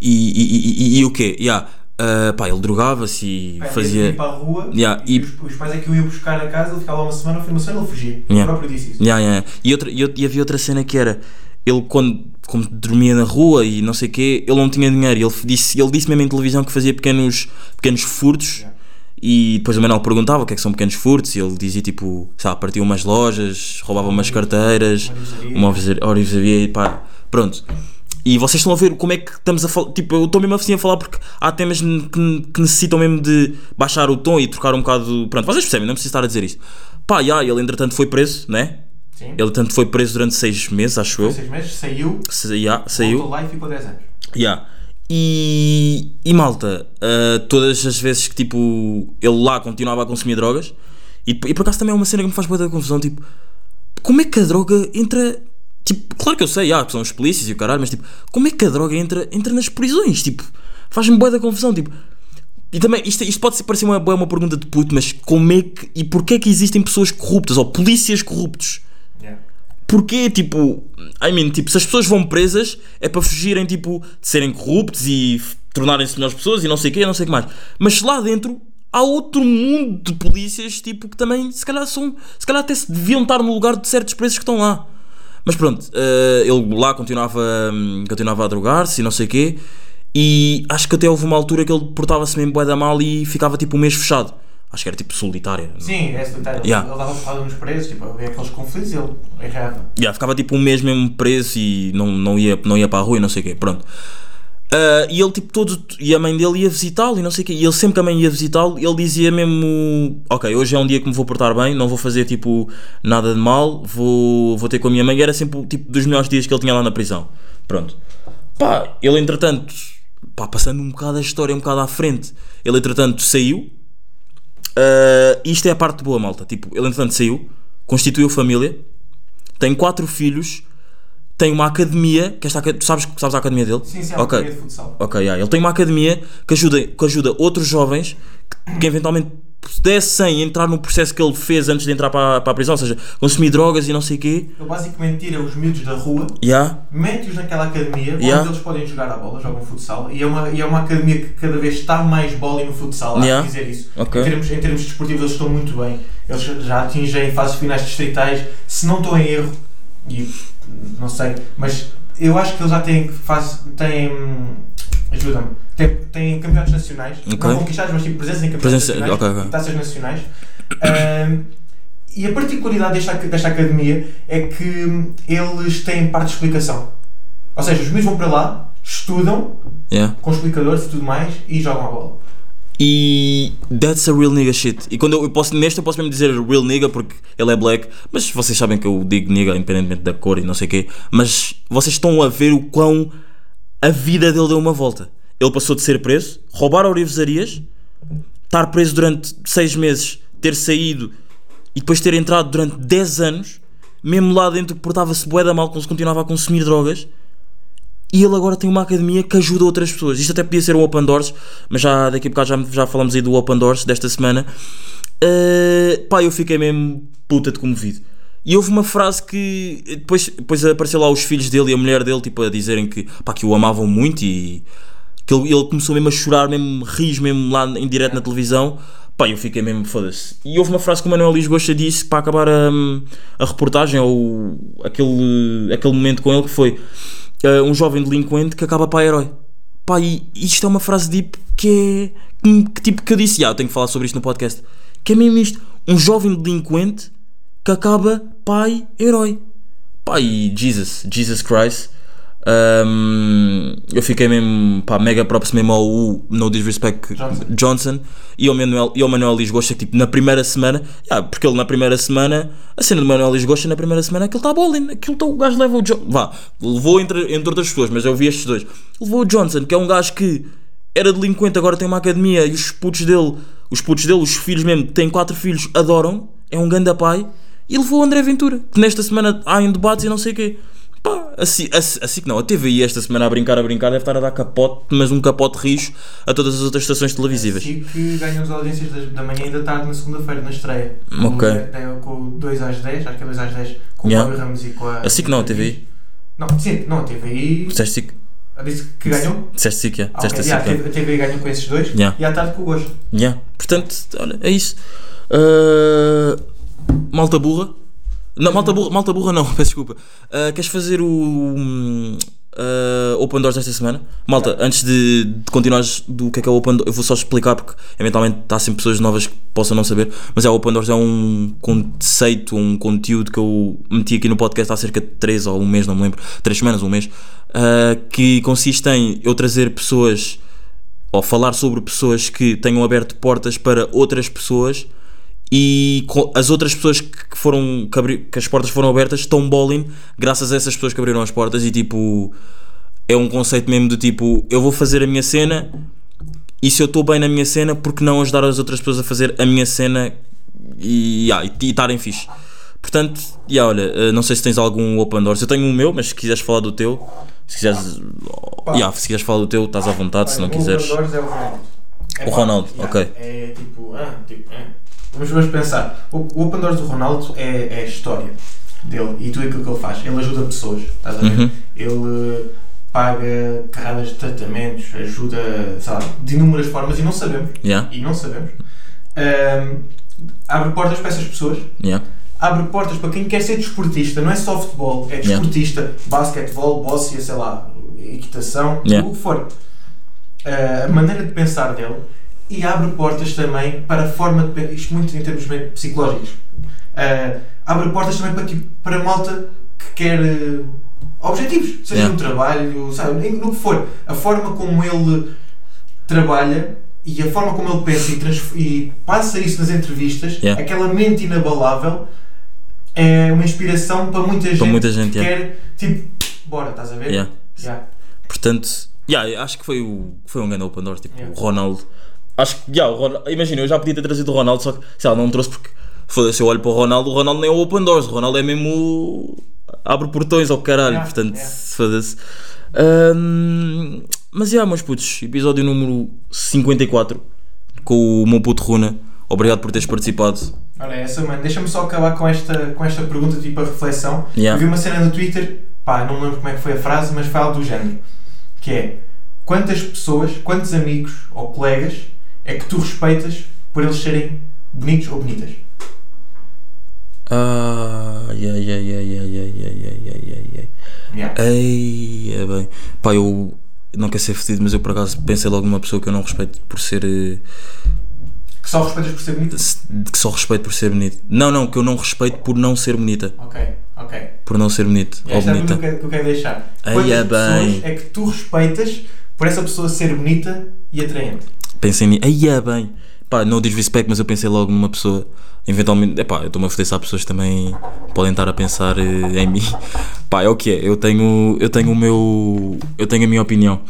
[SPEAKER 3] E, e, e- e- e o quê? Yeah. ah, pá, ele drogava-se e
[SPEAKER 4] Pai, ele ia
[SPEAKER 3] fazia.
[SPEAKER 4] para a rua
[SPEAKER 3] Yeah,
[SPEAKER 4] e,
[SPEAKER 3] e-
[SPEAKER 4] os, os pais é que o iam buscar a casa, ele ficava lá uma semana, foi uma semana ele fugia.
[SPEAKER 3] Yeah.
[SPEAKER 4] Ele próprio disse isso.
[SPEAKER 3] Yeah, yeah. E, outra, e, out- e havia outra cena que era ele quando como dormia na rua e não sei o quê, ele não tinha dinheiro. Ele disse, ele disse mesmo em televisão que fazia pequenos, pequenos furtos.
[SPEAKER 4] Yeah.
[SPEAKER 3] E depois o Manuel perguntava o que é que são pequenos furtos e ele dizia tipo, sabe, partia umas lojas, roubava
[SPEAKER 4] Hum.
[SPEAKER 3] umas carteiras, uma
[SPEAKER 4] Uma
[SPEAKER 3] orivesaria orivesaria e pá, pronto. E vocês estão a ver como é que estamos a falar. Tipo, eu estou mesmo assim a falar porque há temas ne- que, que necessitam mesmo de baixar o tom e trocar um bocado. Pronto, vocês percebem, não preciso estar a dizer isto. Pá, já, ele entretanto foi preso, né?
[SPEAKER 4] Sim.
[SPEAKER 3] Ele tanto foi preso durante seis meses, acho eu.
[SPEAKER 4] Seis meses, saiu,
[SPEAKER 3] Se- já,
[SPEAKER 4] saiu.
[SPEAKER 3] saiu.
[SPEAKER 4] voltou lá e ficou 10 anos.
[SPEAKER 3] Yeah. E, e malta, ah, todas as vezes que tipo ele lá continuava a consumir drogas, e, e por acaso também é uma cena que me faz muita confusão, tipo, como é que a droga entra. Tipo, claro que eu sei, ah, que são os polícias e o caralho, mas tipo, como é que a droga entra, entra nas prisões? Tipo, faz-me boa da confusão, tipo. E também, isto, isto pode ser- parecer uma, bué uma pergunta de puto, mas como é que. E porquê é que existem pessoas corruptas ou polícias corruptos?
[SPEAKER 4] Yeah.
[SPEAKER 3] Porque, tipo, I mean, tipo, se as pessoas vão presas é para fugirem, tipo, de serem corruptos e f- tornarem-se melhores pessoas e não sei o quê, não sei o que mais. Mas lá dentro há outro mundo de polícias, tipo, que também, se calhar, são, se calhar até se deviam estar no lugar de certos presos que estão lá. Mas pronto, eh, ele lá continuava, hum, continuava a drogar-se e não sei o quê. E acho que até houve uma altura que ele portava-se mesmo bué da mal e ficava, tipo, um mês fechado. Acho que era, tipo, solitária.
[SPEAKER 4] Sim, é solitário.
[SPEAKER 3] Yeah.
[SPEAKER 4] Ele dava porrada nos presos, tipo, havia aqueles conflitos e ele errava.
[SPEAKER 3] Yeah, ficava tipo um mês mesmo preso e não, não, ia, não ia para a rua e não sei o quê, pronto. Ah, e ele tipo todo, e a mãe dele ia visitá-lo e não sei o quê, e ele sempre que a mãe ia visitá-lo, ele dizia mesmo, ok, hoje é um dia que me vou portar bem, não vou fazer tipo nada de mal, vou, vou ter com a minha mãe, e era sempre tipo dos melhores dias que ele tinha lá na prisão, pronto. Pá, ele entretanto, pá, passando um bocado a história um bocado à frente, ele entretanto saiu, ah, e isto é a parte boa, malta, tipo, ele entretanto saiu, constituiu família, tem quatro filhos tem uma academia, que esta, aca- tu sabes, sabes a academia dele?
[SPEAKER 4] Sim, sim, é
[SPEAKER 3] Ok.
[SPEAKER 4] okay. de futsal.
[SPEAKER 3] Ok, yeah, ele tem uma academia que ajuda, que ajuda outros jovens que, que eventualmente pudessem entrar no processo que ele fez antes de entrar para, para a prisão, ou seja, consumir drogas e não sei o quê.
[SPEAKER 4] Ele basicamente tira os miúdos da rua,
[SPEAKER 3] Yeah,
[SPEAKER 4] mete-os naquela academia,
[SPEAKER 3] Yeah.
[SPEAKER 4] onde eles podem jogar a bola, jogam futsal, e é uma, e é uma academia que cada vez está mais bola e no futsal, há
[SPEAKER 3] Yeah.
[SPEAKER 4] que dizer isso.
[SPEAKER 3] Ok.
[SPEAKER 4] Em, termos, em termos desportivos eles estão muito bem, eles já atingem fases finais distritais, se não estou em erro, e não sei, mas eu acho que eles já têm fase, têm, hum, ajuda-me, têm, têm campeonatos nacionais,
[SPEAKER 3] Ok.
[SPEAKER 4] não conquistados, mas tipo presença em campeonatos
[SPEAKER 3] Presença-
[SPEAKER 4] nacionais,
[SPEAKER 3] ok, ok.
[SPEAKER 4] e taças nacionais. Ahm, e a particularidade desta, desta academia é que hum, eles têm parte de explicação. Ou seja, os miúdos vão para lá, estudam,
[SPEAKER 3] yeah.
[SPEAKER 4] com explicadores e tudo mais, e jogam a bola.
[SPEAKER 3] E that's a real nigga shit. E quando eu, eu posso, neste eu posso mesmo dizer real nigga porque ele é black, mas vocês sabem que eu digo nigga independentemente da cor e não sei o quê, mas vocês estão a ver o quão a vida dele deu uma volta. Ele passou de ser preso, roubar orivesarias, estar preso durante 6 meses, ter saído e depois ter entrado durante 10 anos, mesmo lá dentro portava-se bué da mal, cons- continuava a consumir drogas, e ele agora tem uma academia que ajuda outras pessoas. Isto até podia ser um Open Doors, mas já daqui a bocado já, já falamos aí do Open Doors desta semana. Uh, pá, eu fiquei mesmo puta de comovido. E houve uma frase que eh, depois, depois apareceu lá os filhos dele e a mulher dele tipo, a dizerem que, pá, que o amavam muito e que ele, ele começou mesmo a chorar, mesmo rios, mesmo lá em direto na televisão. Pá, eu fiquei mesmo foda-se. E houve uma frase que o Manuel Luís Gosta disse para acabar a, a reportagem ou aquele, aquele momento com ele que foi eh, um jovem delinquente que acaba para herói. Pá, e isto é uma frase deep que é. que me- que tipo que eu disse, ah, eu tenho que falar sobre isto no podcast. Que é mesmo isto: um jovem delinquente que acaba pai herói. Pá, e Jesus, Jesus Christ. Ahm, eu fiquei mesmo, pá, mega props mesmo ao U, No Disrespect
[SPEAKER 4] Johnson.
[SPEAKER 3] Johnson, e ao Manuel, e ao Manuel Lisgosta, que tipo, na primeira semana, ah, porque ele na primeira semana, a cena do Manuel Lisgosta na primeira semana, aquilo está bowling, aquilo tá, o gajo leva o Johnson, vá, levou entre, entre outras pessoas, mas eu vi estes dois, levou o Johnson, que é um gajo que era delinquente, agora tem uma academia, e os putos dele, os putos dele, os filhos mesmo, tem quatro filhos, adoram, é um ganda pai, e levou o André Ventura, que nesta semana há em debates e não sei o quê. Pá, assim, assim, assim que não, a TVI esta semana a brincar, a brincar, deve estar a dar capote, mas um capote rijo a todas as outras estações televisivas.
[SPEAKER 4] E que ganham as audiências das- da manhã e da tarde na segunda-feira, na estreia.
[SPEAKER 3] Hum, Ok.
[SPEAKER 4] Com- Com 2 às 10, acho que é 2 às 10, com
[SPEAKER 3] Yeah.
[SPEAKER 4] o Fábio Ramos e com a.
[SPEAKER 3] Assim que não, a TVI.
[SPEAKER 4] Não, sim, não, a TVI.
[SPEAKER 3] Disseste SIC?
[SPEAKER 4] Disse que ganhou.
[SPEAKER 3] Disseste SIC, yeah.
[SPEAKER 4] Ah,
[SPEAKER 3] Disseste
[SPEAKER 4] ok,
[SPEAKER 3] a
[SPEAKER 4] yeah,
[SPEAKER 3] SIC, yeah.
[SPEAKER 4] a TVI ganhou com esses dois
[SPEAKER 3] Yeah.
[SPEAKER 4] e à tarde com o Gosto.
[SPEAKER 3] Yeah. Portanto, olha, é isso. Uh, malta burra. Não, malta burra, malta burra não, [LAUGHS] peço desculpa. Uh, queres fazer o hum, uh, Open Doors desta semana? Malta, antes de, de continuares do que é que é o Open Doors, eu vou só explicar porque eventualmente há sempre pessoas novas que possam não saber, mas é o Open Doors é um conceito, um conteúdo que eu meti aqui no podcast há cerca de 3 ou um mês, não me lembro, 3 semanas, um mês, uh, que consiste em eu trazer pessoas ou falar sobre pessoas que tenham aberto portas para outras pessoas e co- as outras pessoas que que foram que, abri- que as portas foram abertas estão bowling graças a essas pessoas que abriram as portas e tipo é um conceito mesmo do tipo eu vou fazer a minha cena e se eu estou bem na minha cena porque não ajudar as outras pessoas a fazer a minha cena e yeah, e- e estarem fixe portanto yeah, olha eh, não sei se tens algum open doors eu tenho o meu mas se quiseres falar do teu se quiseres yeah, se quiseres falar do teu estás à vontade se não
[SPEAKER 4] Olha,
[SPEAKER 3] quiseres
[SPEAKER 4] O Ronaldo é o Ronaldo. É
[SPEAKER 3] O
[SPEAKER 4] pá,
[SPEAKER 3] Ronaldo,
[SPEAKER 4] yeah,
[SPEAKER 3] ok.
[SPEAKER 4] É tipo, ah, tipo, ah. Vamos, vamos pensar. O, o Open Doors do Ronaldo é, é a história dele e tudo aquilo que ele faz. Ele ajuda pessoas, estás a ver?
[SPEAKER 3] Uhum.
[SPEAKER 4] Ele paga carradas de tratamentos, ajuda, sei lá, de inúmeras formas e não sabemos.
[SPEAKER 3] Yeah,
[SPEAKER 4] E não sabemos. Ahm, abre portas para essas pessoas
[SPEAKER 3] yeah.
[SPEAKER 4] abre portas para quem quer ser desportista, não é só futebol, é
[SPEAKER 3] Yeah.
[SPEAKER 4] desportista, basquetebol, bóssia, sei lá, equitação,
[SPEAKER 3] Yeah.
[SPEAKER 4] o que for. Uh, a maneira de pensar dele e abre portas também para a forma de pe- isto muito em termos meio psicológicos, Uh, abre portas também para, tipo, para malta que quer uh, objetivos, seja
[SPEAKER 3] Yeah.
[SPEAKER 4] no trabalho, sabe, em- no que for. A forma como ele trabalha e a forma como ele pensa e, trans- e passa isso nas entrevistas,
[SPEAKER 3] Yeah.
[SPEAKER 4] aquela mente inabalável, é uma inspiração para muita gente
[SPEAKER 3] muita gente,
[SPEAKER 4] que
[SPEAKER 3] yeah.
[SPEAKER 4] quer, tipo, bora, estás a ver?
[SPEAKER 3] Yeah.
[SPEAKER 4] Yeah.
[SPEAKER 3] Portanto, yeah, eu acho que foi, o, foi um grande open door, tipo,
[SPEAKER 4] Yeah.
[SPEAKER 3] o Ronaldo. Acho que, yeah, o Ronaldo, imagina, eu já podia ter trazido o Ronaldo, só que, sei lá, não trouxe porque, foda-se, eu olho para o Ronaldo, o Ronaldo nem é o open doors, o Ronaldo é mesmo o- abre portões ao caralho,
[SPEAKER 4] Yeah,
[SPEAKER 3] portanto,
[SPEAKER 4] yeah.
[SPEAKER 3] foda-se. Ahm, mas já, meus putos, episódio número 54 com o meu puto Runa. Obrigado por teres participado.
[SPEAKER 4] Olha, essa, mano, deixa-me só acabar com esta, com esta pergunta, tipo a reflexão.
[SPEAKER 3] Yeah.
[SPEAKER 4] Eu vi uma cena no Twitter, pá, não me lembro como é que foi a frase, mas foi algo do género. Que é, quantas pessoas, quantos amigos ou colegas é que tu respeitas por eles serem bonitos ou bonitas?
[SPEAKER 3] Ah, Ai, ai, ai, ai, ai, ai, ai, ai, ai, ai, ai.
[SPEAKER 4] Yeah.
[SPEAKER 3] Ei, é bem. Pá, eu não quero ser fedido, mas eu por acaso pensei logo numa pessoa que eu não respeito por ser. eh,
[SPEAKER 4] Que só respeitas por ser bonito?
[SPEAKER 3] se- que só respeito por ser bonito. Não, não, que eu não respeito por não ser bonita.
[SPEAKER 4] Ok, ok.
[SPEAKER 3] Por não ser bonito.
[SPEAKER 4] E
[SPEAKER 3] Ou
[SPEAKER 4] Esta é a
[SPEAKER 3] bonita.
[SPEAKER 4] pergunta que eu- que eu quero deixar.
[SPEAKER 3] Ai,
[SPEAKER 4] Quantas
[SPEAKER 3] é bem.
[SPEAKER 4] pessoas é que tu respeitas por essa pessoa ser bonita e atraente?
[SPEAKER 3] Pensei nisso. Aí é bem. Pá, não diz respeito, mas eu pensei logo numa pessoa. Eventualmente, epá, eu estou-me a foder se há pessoas que também podem estar a pensar eh, em mim. [LAUGHS] Pá, é o que é. Eu tenho, eu tenho o meu. Eu tenho a minha opinião.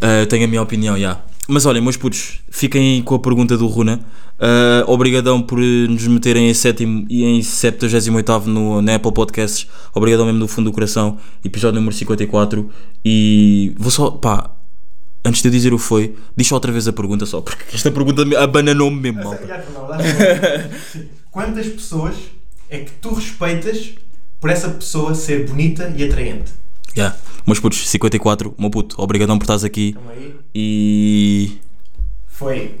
[SPEAKER 3] Ah, eu tenho a minha opinião, já. Mas olhem, meus putos, fiquem com a pergunta do Runa. Ah, obrigadão por eh, nos meterem em sétimo e em 78 no, na Apple Podcasts. Obrigadão mesmo do fundo do coração. Episódio número 54. E vou só. pá, Antes de eu dizer o foi, diz só outra vez a pergunta só, porque esta pergunta me- abananou-me mesmo, malta.
[SPEAKER 4] Já que não, lá
[SPEAKER 3] [LAUGHS]
[SPEAKER 4] está. Quantas pessoas é que tu respeitas por essa pessoa ser bonita e atraente?
[SPEAKER 3] Yeah. Meus putos, 54, meu puto, obrigadão por estares aqui
[SPEAKER 4] Então aí
[SPEAKER 3] e...
[SPEAKER 4] foi.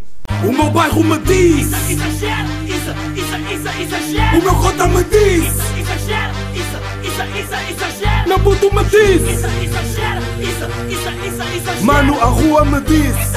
[SPEAKER 1] O meu bairro me diz.
[SPEAKER 2] Exagero, isso, isso, isso, exagero.
[SPEAKER 1] O meu cota me diz.
[SPEAKER 2] Exagero, isso, isso, isso, exagero.
[SPEAKER 1] Na puto me diz.
[SPEAKER 2] Isso, exagero, isso, isso, isso, exagero.
[SPEAKER 1] Mano, a rua me diz.